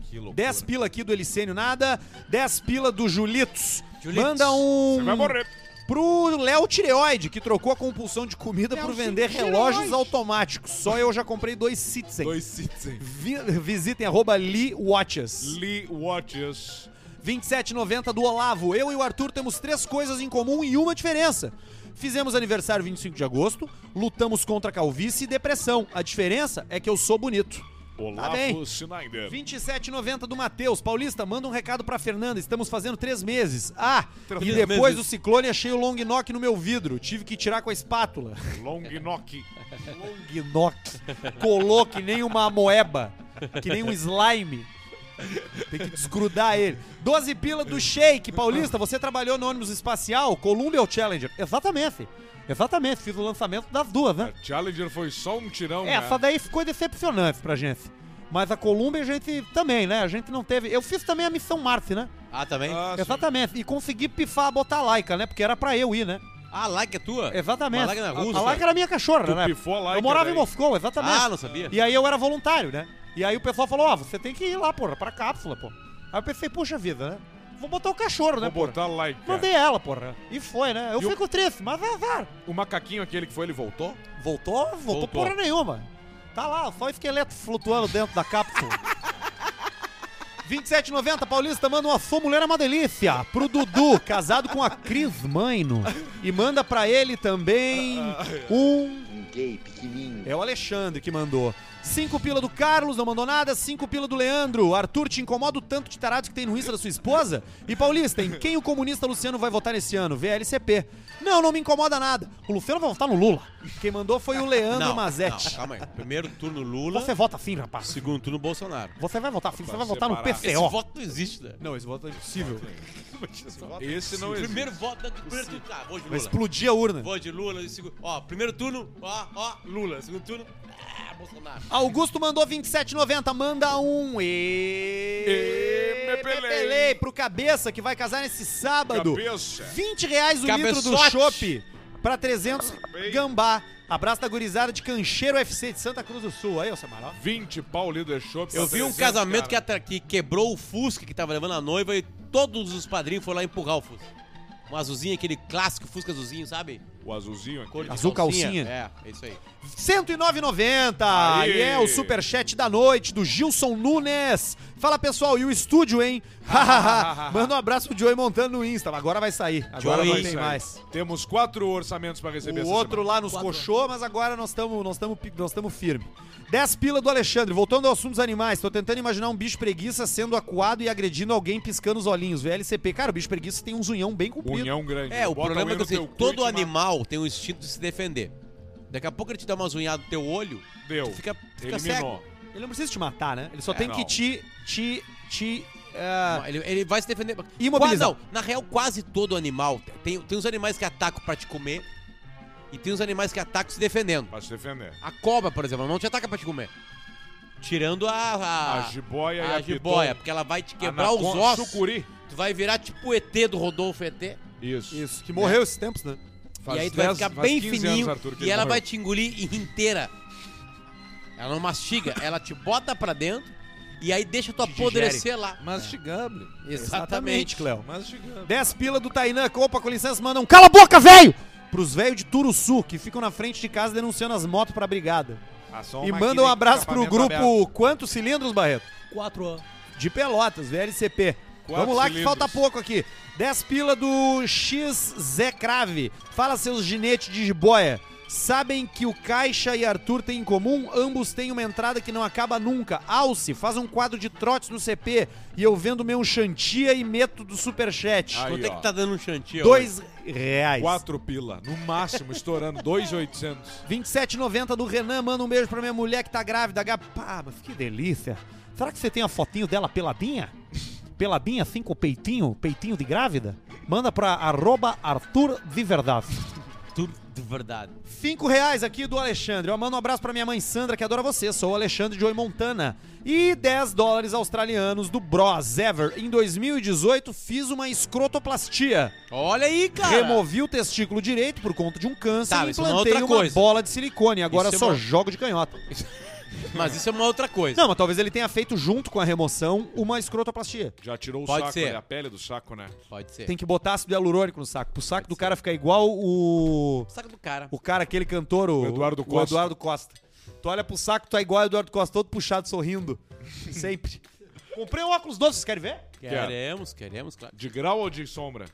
S4: Que loucura.
S1: 10 pila aqui do Elicênio, nada. 10 pila do Julitos.
S2: Julitos.
S1: Manda um.
S4: Você vai morrer.
S1: Pro Léo Tireoide, que trocou a compulsão de comida por vender relógios automáticos. Só eu já comprei dois Citizen.
S4: Dois Citizen.
S1: Vi- visitem arroba Lee Watches.
S4: Lee Watches.
S1: 27,90 do Olavo. Eu e o Arthur temos três coisas em comum e uma diferença. Fizemos aniversário 25 de agosto, lutamos contra a calvície e depressão. A diferença é que eu sou bonito. Tá
S2: Tá
S1: bem.
S4: Olavo Schneider.
S1: 27,90 do Matheus. Paulista, manda um recado pra Fernanda. Estamos fazendo três meses. Ah,
S4: Três
S1: e depois
S2: meses.
S1: do ciclone achei o long knock no meu vidro. Tive que tirar com a espátula.
S4: Long Knock.
S1: Long knock. Colou que nem uma moeba. Que nem um slime. Tem que desgrudar ele. 12 pila do Shake. Paulista, você trabalhou no ônibus espacial? Columbia ou Challenger? Exatamente. Exatamente. Fiz o lançamento das duas, né?
S4: A Challenger foi só um tirão,
S2: É,
S4: né?
S1: É, Essa daí ficou decepcionante pra gente. Mas a Colômbia a gente também, né? A gente não teve. Eu fiz também a missão Marte, né?
S2: Ah, também?
S4: Ah, sim.
S1: Exatamente. E consegui pifar a botalaica, né? Porque era pra eu ir, né?
S2: Ah, like é tua?
S1: Exatamente.
S2: Mas Laika não é russa?
S1: a Laika era minha cachorra,
S4: Tu
S1: né?
S4: pifou a Laika
S1: eu morava
S4: daí.
S1: em Moscou, exatamente.
S2: Ah, não sabia?
S1: E aí eu era voluntário, né? E aí o pessoal falou: Ó, você tem que ir lá, porra, pra cápsula, pô. Aí eu pensei: Puxa vida, né? Vou botar o cachorro, né,
S4: Vou
S1: porra?
S4: botar like.
S1: Mandei ela, porra. E foi, né? Eu
S4: E o-
S1: fico triste, mas é azar.
S4: O macaquinho aquele que foi, ele voltou?
S1: Voltou? Voltou,
S2: Voltou.
S1: porra nenhuma. Tá lá, só esqueleto flutuando dentro da cápsula. 27,90, Paulista, manda uma sua mulher é uma delícia pro Dudu, casado com a Cris Maino. E manda pra ele também um...
S7: Um gay pequenininho.
S1: É o Alexandre que mandou. 5 pila do Carlos, não mandou nada. 5 pila do Leandro. Arthur, te incomoda o tanto de tarados que tem no Insta da sua esposa? E Paulista, em quem o comunista Luciano vai votar esse ano? VLCP. Não, não me incomoda nada. O Luciano vai votar no Lula. Quem mandou foi o Leandro
S2: não,
S1: Mazetti.
S2: Não, calma aí. Primeiro turno Lula,
S1: Você vota sim, rapaz.
S2: segundo turno Bolsonaro.
S1: Você vai votar sim, você vai
S4: Rapaz,
S1: votar no
S4: separar.
S2: Esse
S1: PCO.
S2: voto não existe, né?
S1: Não, esse voto é impossível.
S4: Esse não existe.
S2: Primeiro voto, não, primeiro turno, tá, vou de
S1: Vai
S2: Lula.
S1: explodir a urna.
S2: Vou de Lula, e segu- ó, primeiro turno, ó, ó, Lula, segundo turno, ah, Bolsonaro.
S1: Augusto mandou 27,90, manda um e...
S4: E- me pelei.
S1: me pelei pro Cabeça, que vai casar nesse sábado.
S4: Cabeça.
S1: 20 reais o litro do
S2: Cabeçote.
S1: chopp pra 300
S4: Ei.
S1: gambá. Abraço da gurizada de Cancheiro UFC de Santa Cruz do Sul. Aí, ô Samara.
S4: 20 pau líder shop.
S2: Eu vi um casamento que, atra- que quebrou o Fusca que tava levando a noiva e todos os padrinhos foram lá empurrar o Fusca. Um azulzinho, aquele clássico Fusca azulzinho, sabe?
S4: O azulzinho aqui.
S2: Cor de
S1: Azul calcinha.
S2: É, é isso aí.
S1: ó. 109,90.
S4: Aí.
S1: E é o superchat da noite do Gilson Nunes. Fala, pessoal, e o estúdio, hein? Hahaha. Manda um abraço pro Joey Montano no Insta. Agora vai sair. Agora
S2: Joey.
S1: não tem mais.
S4: Temos quatro orçamentos pra receber
S1: O
S4: essa
S1: outro
S4: semana.
S1: lá nos
S6: Quatro.
S1: coxou, mas agora nós estamos nós tamo, pi- nós tamo firme. 10 pila do Alexandre. Voltando ao assunto dos animais, tô tentando imaginar um bicho preguiça sendo acuado e agredindo alguém piscando os olhinhos. VLCP. Cara, o bicho preguiça tem um zunhão bem comprido.
S4: União grande.
S2: É, o
S4: Bota
S2: problema é
S4: unha
S2: que
S4: no teu
S2: assim,
S4: cu e te
S2: todo
S4: mata.
S2: animal tem o instinto de se defender. Daqui a pouco ele te dá uma zunhada no teu olho,
S4: Deu.
S2: tu fica, fica cego.
S4: Eliminou.
S1: Ele não precisa te matar, né? Ele só tem
S4: não.
S1: que te. te. te. ah,
S2: Ele, ele vai se defender. Quase,
S1: Imobilizar.
S2: não, na real, quase todo animal. Tem, tem uns animais que atacam pra te comer e tem uns animais que atacam se defendendo.
S4: Pra se defender.
S2: A cobra, por exemplo, não te ataca pra te comer. Tirando a.
S4: A,
S2: A,
S4: jiboia e
S2: Ah, a
S4: a
S2: jiboia,
S4: piton.
S2: porque ela vai te quebrar
S4: Anacon-
S2: os ossos.
S4: Sucuri.
S2: Tu vai virar tipo o ET do Rodolfo ET.
S4: Isso.
S1: isso, que morreu esses tempos, né?
S4: Faz
S2: e aí tu vai
S4: 10,
S2: ficar
S4: faz
S2: bem
S4: 15
S2: fininho
S4: anos, Arthur, que
S2: e
S4: ele
S2: ela
S4: morreu.
S2: vai te engolir inteira. Ela não mastiga, ela te bota pra dentro e aí deixa tu apodrecer lá.
S4: Mastigable.
S2: Exatamente.
S1: Cléo.
S4: Mastigable.
S1: 10 pila do Tainan. Opa, com licença, manda um cala a boca, velho! Pros velhos de Turuçu, que ficam na frente de casa denunciando as motos pra brigada.
S4: Então,
S1: e manda um abraço pro grupo Quantos Cilindros, Barreto?
S6: 4
S1: De Pelotas, VLCP.
S4: Quatro
S1: Vamos lá que
S4: cilindros.
S1: falta pouco aqui. 10 pila do X Zé Crave. Fala seus ginetes de jiboia. Sabem que o Caixa e Arthur têm em comum? Ambos têm uma entrada que não acaba nunca. Alce, faz um quadro de trotes no CP e eu vendo meu chantia e meto do superchat.
S4: Aí,
S2: Quanto é
S4: ó.
S2: que tá dando um chantinho?
S1: Dois reais.
S4: Quatro pila, no máximo, estourando. 2,800.
S1: 27,90 do Renan. Manda um beijo pra minha mulher que tá grávida. Gabi. Pá, mas que delícia. Será que você tem a fotinho dela peladinha? Peladinha, assim, com o peitinho? Peitinho de grávida? Manda pra arroba Arthur de Verdade.
S2: Tudo de verdade.
S1: Cinco reais aqui do Alexandre. Eu mando um abraço pra minha mãe Sandra, que adora você. Sou o Alexandre de Oi Montana. E 10 dólares australianos do Bros Ever. Em 2018, fiz uma escrotoplastia.
S2: Olha aí, cara.
S1: Removi o testículo direito por conta de um câncer
S2: Tá,
S1: e
S2: isso é uma
S1: implantei
S2: outra
S1: uma,
S2: coisa.
S1: bola de silicone. Agora
S2: Isso é
S1: só
S2: uma-
S1: jogo de canhota.
S2: Mas isso é uma outra coisa.
S1: Não, mas talvez ele tenha feito junto com a remoção uma escrotoplastia.
S4: Já tirou o
S2: Pode
S4: saco,
S2: ser.
S4: né? a pele do saco, né?
S2: Pode ser.
S1: Tem que botar ácido hialurônico no saco. Pro saco do cara ficar igual o.
S2: Saco do cara.
S1: O cara, aquele cantor, o,
S4: O Eduardo Costa.
S1: Eduardo Costa. Tu olha pro saco, tu é igual o Eduardo Costa, todo puxado, sorrindo. Sempre. Comprei um óculos doce, vocês querem ver?
S2: é? Queremos, queremos, claro.
S4: De grau ou de sombra?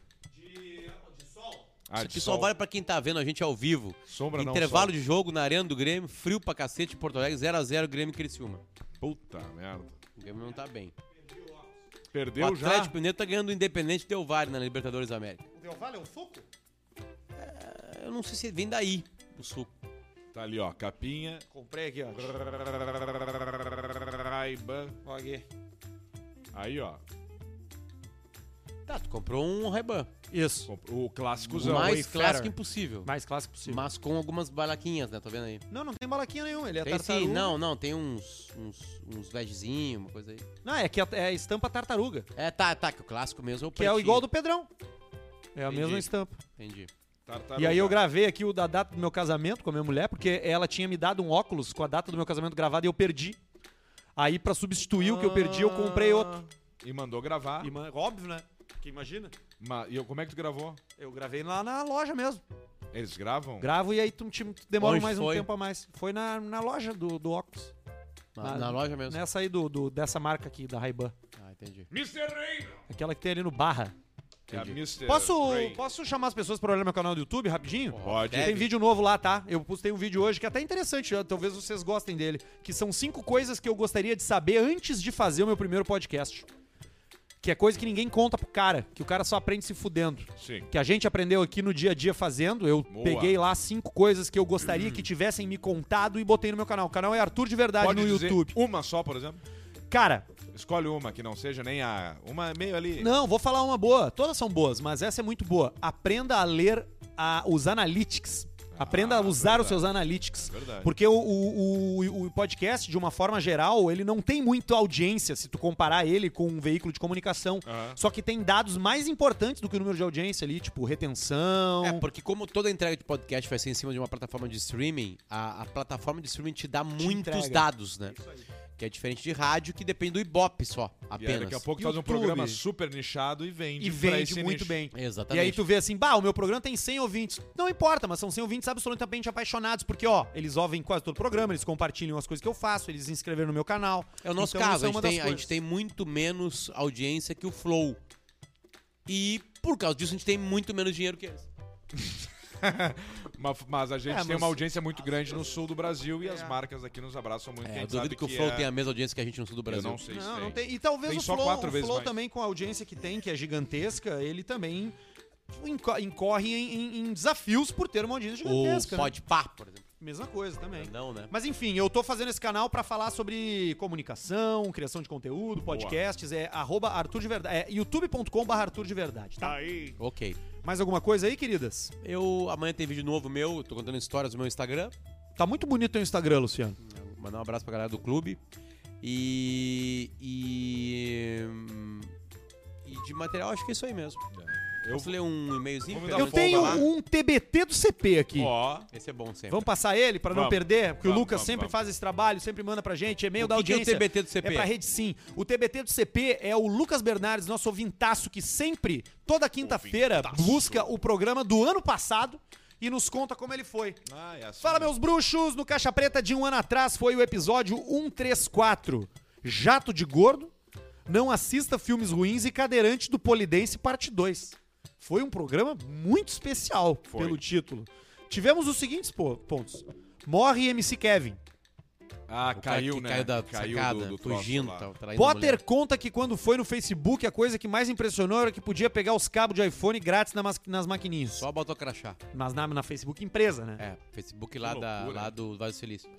S4: Ah,
S2: Isso
S4: De,
S2: aqui
S4: sol.
S2: só vale pra quem tá vendo a gente ao vivo.
S4: Sombra não, sol.
S2: Intervalo de jogo na Arena do Grêmio, frio pra cacete em Porto Alegre, 0x0 Grêmio e Criciúma.
S4: Puta merda.
S2: O Grêmio não tá bem.
S4: Perdeu
S2: o
S4: já?
S2: Atlético Mineiro tá ganhando o Independente Del Valle na Libertadores da América. Eu não sei se vem daí o suco.
S4: Tá ali, ó. Capinha.
S1: Comprei aqui, ó.
S4: Raiban.
S1: Ó aqui.
S4: Aí, ó.
S2: Tá, tu comprou um Ray-Ban.
S1: Isso.
S4: Comp- O
S2: O
S4: clássicozão.
S2: mais
S1: Wayfarer.
S2: clássico impossível.
S1: Mais clássico possível.
S2: Mas com algumas balaquinhas, né? Tô vendo aí.
S1: Não, não tem balaquinha nenhuma, ele é
S2: Tem
S1: tartaruga.
S2: sim, não, não, tem uns, uns, uns vegezinhos, uma coisa aí.
S1: Não, é que a- é a estampa tartaruga,
S2: É, tá, tá, que o clássico mesmo é o
S1: que é o
S2: pretinho.
S1: igual do Pedrão. É a
S2: Entendi.
S1: mesma estampa.
S2: Entendi.
S4: Tartaruga.
S1: E aí eu gravei aqui o da data do meu casamento com a minha mulher, porque ela tinha me dado um óculos com a data do meu casamento gravada e eu perdi. Aí pra substituir o que eu perdi, eu comprei outro.
S4: E mandou gravar.
S1: E, man- óbvio, né? Porque imagina,
S4: Ma- E eu- como é que tu gravou?
S1: eu gravei lá na loja mesmo.
S4: Eles gravam?
S1: Gravo e aí tu, te- tu demora
S2: Onde
S1: mais um
S2: foi?
S1: tempo a mais. Foi na, na loja do, do óculos.
S2: Na,
S1: Ah,
S2: na loja mesmo.
S1: Nessa aí do, do- dessa marca aqui, da Ray-Ban.
S2: Ah, entendi.
S4: Mr. Ray!
S1: Aquela que tem ali no barra.
S4: É a Mr.
S1: Posso,
S4: Ray.
S1: posso chamar as pessoas pra olhar meu canal do YouTube rapidinho?
S4: Pode.
S1: Tem vídeo novo lá, tá? Eu postei um vídeo hoje que é até interessante, ó, talvez vocês gostem dele. Que são cinco coisas que eu gostaria de saber antes de fazer o meu primeiro podcast. Que é coisa que ninguém conta pro cara, que o cara só aprende se fudendo.
S4: Sim.
S1: Que a gente aprendeu aqui no dia a dia fazendo. Eu
S4: Boa.
S1: peguei lá cinco coisas que eu gostaria que tivessem me contado e botei no meu canal. O canal é Arthur de Verdade
S4: Pode
S1: no
S4: dizer
S1: YouTube.
S4: Uma só, por exemplo?
S1: Cara,
S4: Escolhe uma que não seja nem a. Uma meio ali.
S1: não, vou falar uma boa. Todas são boas, mas essa é muito boa. Aprenda a ler a- os analytics. Aprenda a
S4: Ah,
S1: usar os
S4: verdade.
S1: seus analytics.
S4: Verdade.
S1: Porque o, o- o- o podcast, de uma forma geral, ele não tem muita audiência se tu comparar ele com um veículo de comunicação.
S4: Aham.
S1: Só que tem dados mais importantes do que o número de audiência ali, tipo retenção.
S2: É, porque como toda entrega de podcast vai ser em cima de uma plataforma de streaming, a, a plataforma de streaming te dá muitos
S1: entrega.
S2: dados, né? Que é diferente de rádio, que depende do Ibope só,
S4: E aí
S2: apenas.
S4: daqui a pouco faz um
S1: YouTube.
S4: programa super nichado e vende.
S1: e
S4: pra
S1: vende
S4: esse
S1: muito
S4: nicho.
S1: bem. E
S2: Exatamente.
S1: aí tu vê assim, bah, o meu programa tem 100 ouvintes. Não importa, mas são 100 ouvintes absolutamente apaixonados, porque, ó, eles ouvem quase todo o programa, eles compartilham as coisas que eu faço, eles se inscreveram no meu canal.
S2: É o nosso
S1: Então, isso
S2: caso, a
S1: é
S2: gente,
S1: uma das
S2: tem, a
S1: coisas.
S2: gente tem muito menos audiência que o Flow. E por causa disso a gente tem muito menos dinheiro que eles.
S4: Ma- Mas, a gente
S1: É,
S4: tem
S1: mas-
S4: uma audiência muito grande no sul do Brasil e as marcas aqui nos abraçam muito.
S2: É,
S4: quem
S2: eu duvido
S4: sabe
S2: que o Flow
S4: é-
S2: tenha a mesma audiência que a gente no sul do Brasil.
S4: Eu não sei se é.
S1: Não,
S4: tem.
S1: não tem. E talvez
S4: Tem
S1: o
S4: só
S1: Flow,
S4: quatro
S1: o
S4: vezes
S1: Flow
S4: mais.
S1: também, com a audiência que tem, que é gigantesca, ele também inco- incorre em, em- em desafios por ter uma audiência
S2: O
S1: gigantesca. né?
S2: Pode Pá, por exemplo.
S1: Mesma coisa também.
S2: Não, né?
S1: Mas enfim, eu tô fazendo esse canal pra falar sobre comunicação, criação de conteúdo, podcasts, é arroba Arthur de Verdade, é youtube.com.br Arthur de Verdade, tá?
S2: Ok.
S1: Mais alguma coisa aí, queridas?
S2: Eu amanhã tem vídeo novo meu, eu tô contando histórias do meu Instagram.
S1: Tá muito bonito teu Instagram, Luciano.
S2: Mandar um abraço pra galera do clube. E. E. hum, E de material, acho que é isso aí mesmo. Eu vou ler um e-mailzinho.
S4: Vamos
S2: Pedro?
S4: dar
S1: Eu
S4: folga
S1: tenho
S4: lá.
S1: um TBT do CP aqui.
S4: Ó,
S2: Esse é bom sempre.
S1: Vamos passar ele pra não
S4: Vamos,
S1: perder? Porque o
S4: vamos,
S1: Lucas
S4: vamos,
S1: sempre
S4: vamos.
S1: faz esse trabalho, sempre manda pra gente, e-mail
S2: O
S1: da
S2: que que é o
S1: audiência.
S2: TBT do CP?
S1: É pra rede sim. O TBT do CP é o Lucas Bernardes, nosso ouvintaço, que sempre, toda quinta-feira, busca o programa do ano passado e nos conta como ele foi.
S4: Ah, é assim.
S1: Fala, meus bruxos! No Caixa Preta de um ano atrás foi o episódio 134. Jato de gordo, não assista filmes ruins e cadeirante do Polidense, parte 2. Foi um programa muito especial
S4: Foi.
S1: pelo título. Tivemos os seguintes po- pontos. Morre MC Kevin.
S4: Ah,
S2: O cara
S4: caiu,
S2: que
S4: né?
S2: Caiu da
S4: Caiu
S2: sacada,
S4: do, do troço
S2: fugindo,
S4: lá.
S2: tal, traindo a mulher.
S1: Potter conta que quando foi no Facebook, a coisa que mais impressionou era que podia pegar os cabos de iPhone grátis na mas- nas maquininhas.
S2: Só botou crachá.
S1: Mas na, na Facebook empresa, né?
S2: É, Facebook lá,
S4: Que
S2: da,
S4: loucura.
S2: lá do Vale do Silício.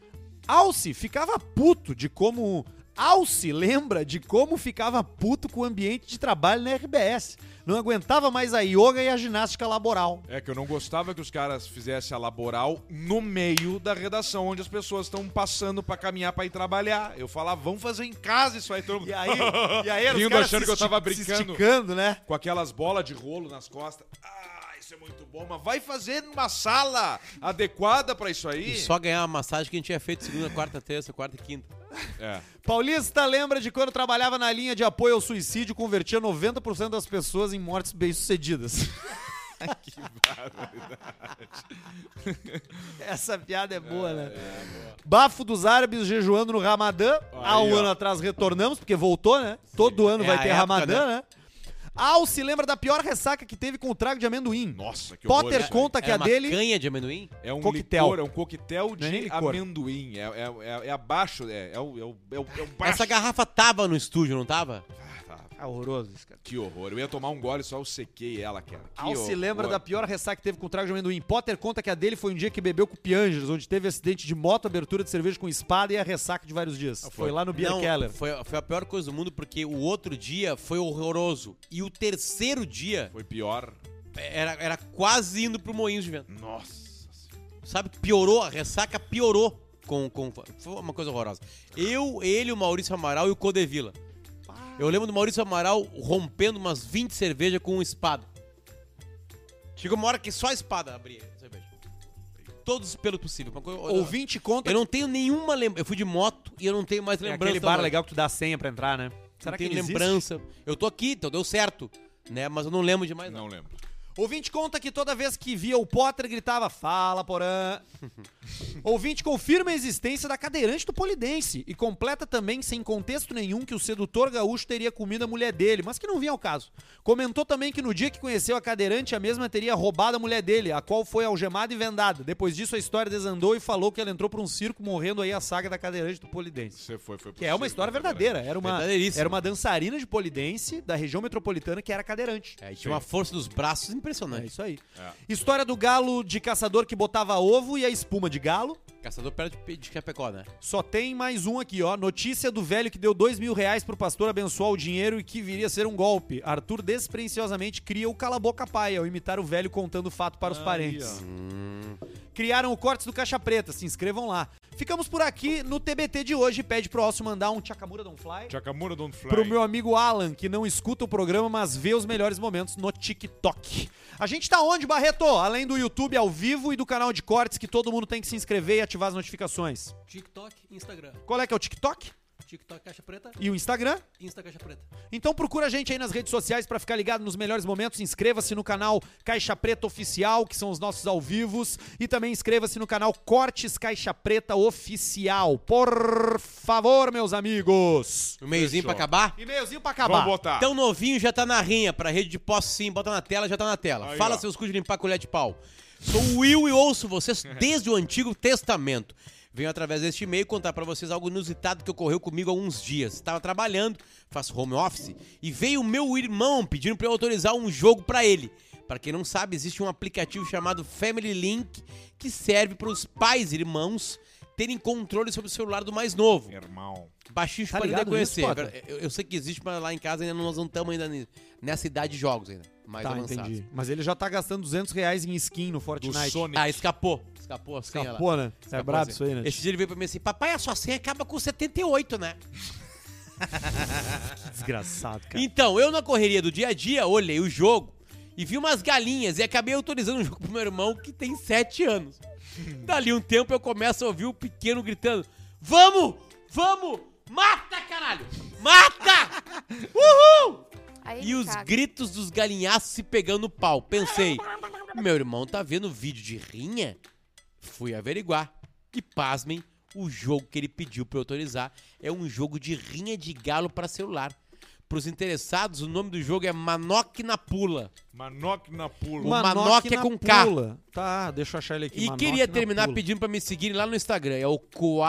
S1: Alce ficava puto de como. Alce lembra de como ficava puto com o ambiente de trabalho na RBS. Não aguentava mais a yoga e a ginástica laboral.
S4: É que eu não gostava que os caras fizessem a laboral no meio da redação, onde as pessoas estão passando pra caminhar pra ir trabalhar. Eu falava, vamos fazer em casa isso aí, todo mundo.
S1: E aí, e aí era os
S4: Rindo
S1: caras
S4: achando
S1: se
S4: que eu tava
S1: esti- se
S4: brincando.
S1: esticando, né?
S4: Com aquelas bolas de rolo nas costas. Ah, isso é muito bom, mas vai fazer numa sala adequada pra isso aí.
S2: E só ganhar a massagem que a gente tinha feito segunda, quarta, terça, quarta e quinta.
S4: É.
S1: Paulista lembra de quando trabalhava na linha de apoio ao suicídio, convertia 90% das pessoas em mortes bem-sucedidas. Essa piada é boa, né? Bafo dos árabes jejuando no Ramadã. Há um
S4: ó.
S1: ano atrás retornamos, porque voltou, né? Todo ano
S2: É
S1: vai
S2: a
S1: ter
S2: época,
S1: Ramadã,
S2: né?
S1: né? Al se lembra da pior ressaca que teve com o trago de amendoim.
S4: Nossa, que horror né?
S1: Potter
S4: isso aí.
S1: conta que
S2: Era
S1: a
S2: uma
S1: dele.
S2: canha de amendoim?
S4: É um
S1: Coquetel.
S4: licor, é um coquetel
S1: Não é nem
S4: de
S1: licor.
S4: amendoim. É, é, é, é abaixo, é, é, o, é, o, é, o, é o baixo.
S2: Essa garrafa tava no estúdio, não tava?
S4: Ah, tá.
S1: Ah, horroroso isso, cara.
S4: Que horror. Eu ia tomar um gole, só eu sequei ela, cara. Que
S1: Al se
S4: horror.
S1: lembra da pior ressaca que teve com o trago de amendoim. Potter conta que a dele foi um dia que bebeu com o Piangers, onde teve acidente de moto, abertura de cerveja com espada e a ressaca de vários dias. Foi, lá no Beer
S2: Não,
S1: Keller.
S2: Foi, foi a pior coisa do mundo, porque o outro dia foi horroroso. E o terceiro dia
S4: Foi pior.
S2: era, era quase indo pro Moinhos de Vento.
S4: Nossa Senhora.
S2: Sabe que piorou, a ressaca piorou. Com, com, foi uma coisa horrorosa. Eu, ele, o Maurício Amaral e o Codevila. Eu lembro do Maurício Amaral rompendo umas 20 cervejas com um espada. Chegou uma hora que só a espada abria a cerveja. Todos os pelos possíveis. Uma coisa-
S1: Ouvinte conta
S2: Eu não tenho nenhuma lembrança. Eu fui de moto e eu não tenho mais
S1: que é
S2: lembrança.
S1: aquele bar
S2: mais.
S1: legal que tu dá a senha pra entrar, né?
S2: Será que tem lembrança? Eu tô aqui, então deu certo, né? Mas eu não lembro de mais nada.
S4: Não lembro.
S1: Ouvinte conta que toda vez que via o Potter gritava Fala, Porã. Ouvinte confirma a existência da cadeirante do Polidense e completa também, sem contexto nenhum, que o sedutor gaúcho teria comido a mulher dele, mas que não vinha ao caso. Comentou também que no dia que conheceu a cadeirante, a mesma teria roubado a mulher dele, a qual foi algemada e vendada. Depois disso, a história desandou e falou que ela entrou pra um circo morrendo aí a saga da cadeirante do Polidense.
S4: Você foi, foi pro
S1: Que é uma
S4: circo,
S1: história
S4: né, cara?
S1: verdadeira. Era uma,
S2: Verdadeiríssimo.
S1: era uma dançarina de polidense da região metropolitana que era cadeirante.
S2: É, e tinha uma força dos braços
S1: É
S2: impressionante.
S1: isso aí.
S4: É.
S1: História do galo de caçador que botava ovo e a espuma de galo.
S2: Caçador perto de, de Chapecó, né?
S1: Só tem mais um aqui, ó. Notícia do velho que deu dois mil reais pro pastor abençoar o dinheiro e que viria a ser um golpe. Arthur despretensiosamente cria o Cala Boca Pai ao imitar o velho contando o fato para né, os parentes. Criaram o Cortes do Caixa Preta, se inscrevam lá. Ficamos por aqui no TBT de hoje. Pede pro Alcio mandar um Tchakamura Don't Fly.
S4: Chakamura Don't Fly.
S1: Pro meu amigo Alan, que não escuta o programa, mas vê os melhores momentos no TikTok. A gente tá onde, Barreto? Além do YouTube ao vivo e do canal de cortes, que todo mundo tem que se inscrever e ativar as notificações.
S6: TikTok, Instagram.
S1: Qual é que é o TikTok?
S6: TikTok Caixa Preta,
S1: E o Instagram?
S6: Insta Caixa Preta.
S1: Então procura a gente aí nas redes sociais pra ficar ligado nos melhores momentos. Inscreva-se no canal Caixa Preta Oficial, que são os nossos ao vivos. E também inscreva-se no canal Cortes Caixa Preta Oficial. Por favor, meus amigos.
S2: O meiozinho pra acabar.
S1: E-mailzinho pra
S4: Vamos
S1: acabar.
S4: botar.
S2: Então novinho já tá na rinha, pra rede de posse sim, bota na tela, já tá na tela.
S4: Aí,
S2: Fala
S4: ó.
S2: seus cu de limpar colher de pau. Sou o Will e ouço vocês desde o Antigo Testamento. Venho através deste e-mail contar pra vocês algo inusitado que ocorreu comigo há uns dias. Estava trabalhando, faço home office, e veio o meu irmão pedindo pra eu autorizar um jogo pra ele. Pra quem não sabe, existe um aplicativo chamado Family Link que serve pros pais e irmãos terem controle sobre o celular do mais novo.
S4: Irmão.
S2: Baixinho
S1: Tá
S2: tá ainda
S1: ligado nisso,
S2: conhecer.
S1: Potter?
S2: eu, eu sei que existe, mas lá em casa ainda nós não estamos ainda ni- nessa idade de jogos ainda. Mais
S1: Tá,
S2: avançados.
S1: entendi. Mas ele já tá gastando 200 reais em skin no
S4: Do
S1: Fortnite.
S4: Sonic.
S2: Ah, escapou. Escapou a senha lá.
S1: Escapou, né? é brabo
S2: a
S1: isso
S2: senha.
S1: aí, né?
S2: Esse dia ele veio pra mim assim, papai, a sua senha acaba com 78, né?
S1: Desgraçado, cara.
S2: Então, eu na correria do dia a dia, olhei o jogo e vi umas galinhas e acabei autorizando o jogo pro meu irmão que tem 7 anos. Dali um tempo eu começo a ouvir o pequeno gritando: Vamos! Vamos! Mata, caralho! Mata! Uhul!
S8: Aí
S2: E
S8: ele
S2: os
S8: caga.
S2: gritos dos galinhaços se pegando no pau. Pensei, meu irmão tá vendo vídeo de rinha? Fui averiguar. E pasmem, o jogo que ele pediu pra eu autorizar é um jogo de rinha de galo pra celular. Pros interessados, o nome do jogo é Manoc na Pula.
S4: Manoc na pula.
S2: Uma- Manoc é
S1: na
S2: com K.
S1: pula. Tá, deixa eu achar ele aqui.
S2: E
S1: Manoc
S2: queria
S1: na
S2: terminar
S1: pula.
S2: pedindo pra me seguirem lá no Instagram. É o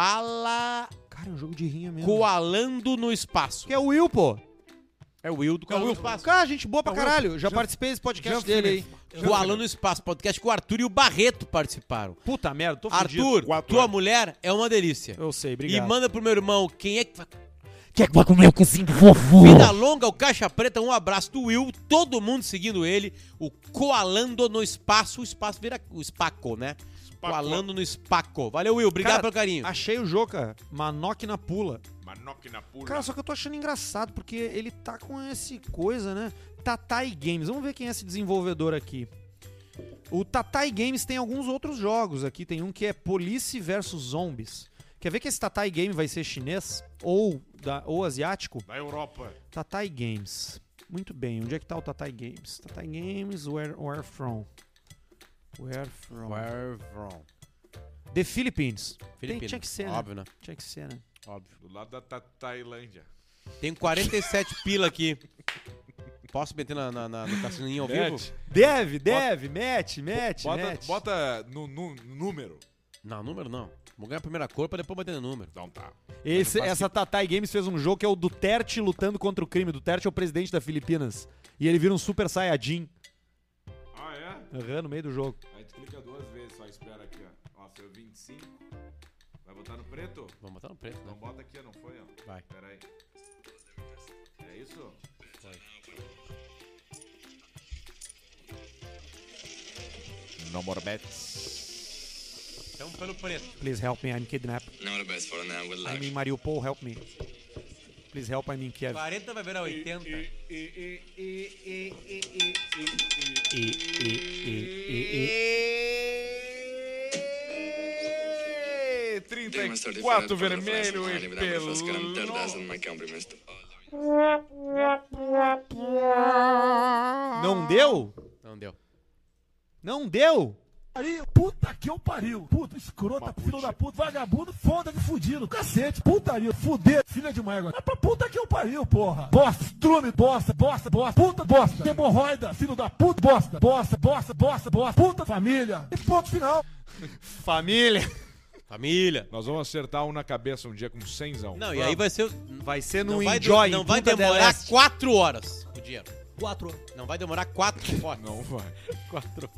S2: Koala...
S1: Cara, é um jogo de rinha mesmo.
S2: Koalando no Espaço.
S1: Que é o Will, pô.
S2: É o Will do Koala no Espaço.
S1: Cara, gente boa pra
S4: É o Will.
S1: caralho. Já
S4: Já-
S1: participei desse podcast
S4: já
S1: dele
S4: fiz.
S1: aí.
S2: Koala no Espaço, podcast que o Arthur e o Barreto participaram.
S1: Puta merda, tô fudido.
S2: Arthur,
S4: quatro
S2: tua
S4: anos.
S2: mulher é uma delícia.
S1: Eu sei, obrigado.
S2: E manda pro meu irmão quem é que vai.
S9: Quer que vai comer o cozinho fofo?
S2: Vida longa, o Caixa Preta, um abraço do Will, todo mundo seguindo ele, o Coalando no Espaço, o espaço vira o Spaco, né? Coalando no Spaco. Valeu, Will, obrigado
S1: Cara,
S2: pelo carinho.
S1: Achei o jogo, cara. Manoc na pula.
S4: Manoc na pula.
S1: Cara, só que eu tô achando engraçado, porque ele tá com essa coisa, né? Tatai Games. Vamos ver quem é esse desenvolvedor aqui. O Tatai Games tem alguns outros jogos aqui. Tem um que é Police vs Zombies. Quer ver que esse Tatai Game vai ser chinês? Ou, da, ou asiático?
S4: Da Europa.
S1: Tatai Games. Muito bem, onde é que tá o Tatai Games? Tatai Games, where, where from? Where from?
S2: Where from?
S1: The Philippines. Tem,
S2: Filipinas.
S1: tinha que ser, né?
S2: Óbvio, né?
S1: Tinha que ser, né?
S2: Óbvio.
S4: Do lado da Ta- Tailândia.
S2: Tem 47 pila aqui. Posso meter na, na, na- no cassininho ao vivo?
S4: Mete.
S1: Deve, deve, mete, mete,
S4: Bota,
S1: mete.
S4: bota no, nu- número.
S2: Não, número não. Vou ganhar a primeira cor pra depois bater no número.
S4: Então tá.
S1: Esse-
S2: Mas não
S1: essa Tatai Games fez um jogo que é o Duterte lutando contra o crime. Duterte é o presidente da Filipinas. E ele vira um super saiyajin.
S4: Ah, é?
S1: Aham, no meio do jogo.
S4: Aí tu clica duas vezes, só espera aqui, ó. Ó, seu 25. Vai botar no preto?
S2: Vamos botar no preto, né?
S4: Não bota aqui, não foi, ó.
S2: Vai.
S4: Pera aí. É isso? No more
S2: Então pelo preto.
S1: Please help me, I'm kidnapped. I'm in Mariupol, help me. Please help, I'm in Kiev.
S2: 40 vai virar 80.
S4: Quatro vermelho e pelo.
S1: Não deu?
S2: Não Então, deu.
S1: Não deu?
S10: Puta que eu pariu. Puta, escrota, filho da puta, vagabundo, foda de fudido. Cacete, putaria, fuder, filha de mãe agora. Mas pra puta que eu pariu, porra. Bosta, trume, bosta, bosta, bosta, puta, bosta. Hemorroida, filho da puta, bosta, bosta, bosta, bosta, bosta, puta família. E ponto final.
S1: Família!
S2: Família.
S4: Nós vamos acertar um na cabeça um dia com 100
S2: Não, e aí vai ser.
S1: Vai ser no
S2: Não vai,
S1: Enjoy.
S2: não
S1: em
S2: vai
S1: Punta del
S2: demorar
S1: Este.
S2: 4 horas o dinheiro.
S11: Quatro.
S2: Não vai demorar 4 horas.
S4: Não vai.
S2: Quatro.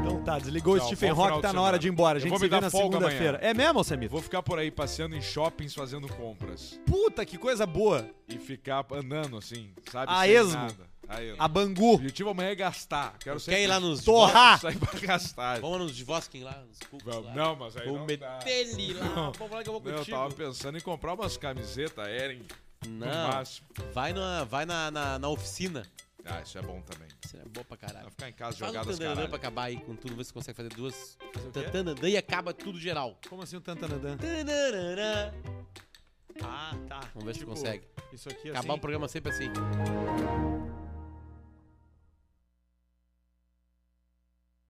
S1: Então tá, desligou
S4: Tchau,
S1: o Stephen
S4: bom final
S1: Rock,
S4: de
S1: tá na
S4: semana.
S1: hora de ir embora. A
S4: Eu
S1: gente
S4: vou
S1: se
S4: me
S1: vê
S4: dar
S1: na
S4: folga amanhã.
S1: segunda-feira. É mesmo, Samir?
S4: Vou ficar por aí passeando em shoppings fazendo compras.
S1: Puta, que coisa boa.
S4: E ficar andando assim, sabe?
S1: A
S2: Ah,
S4: sem
S1: esmo.
S4: nada. A esmo.
S1: A
S4: O
S1: Bangu.
S4: objetivo amanhã é gastar. Quero
S2: Quer ir lá nos.
S1: Torra! Ah!
S4: Sair pra gastar.
S2: Vamos nos Divoskin lá, nos Cooks
S4: Vamos.
S2: lá.
S4: Não, mas aí
S2: Vou
S4: não dá.
S2: meter ele lá. Vamos lá que eu vou
S4: Não, Eu
S2: contigo.
S4: tava pensando em comprar umas camisetas Eren. No
S2: Não,
S4: máximo.
S2: vai, na, vai na, na, na oficina.
S4: Ah, isso é bom também.
S2: Isso é boa pra caralho.
S4: Vai ficar em casa
S2: Faz um
S4: jogadas
S2: tandanã pra
S4: caralho.
S2: acabar aí com tudo, vê se consegue fazer duas.
S4: quê?
S2: Tantanandã e acaba tudo geral.
S1: Como assim o Tantanandã?
S2: Tananana. tá.
S1: Ah, tá.
S4: Tipo,
S2: Vamos ver se consegue.
S1: Isso aqui assim,
S2: assim. Acabar o programa sempre assim.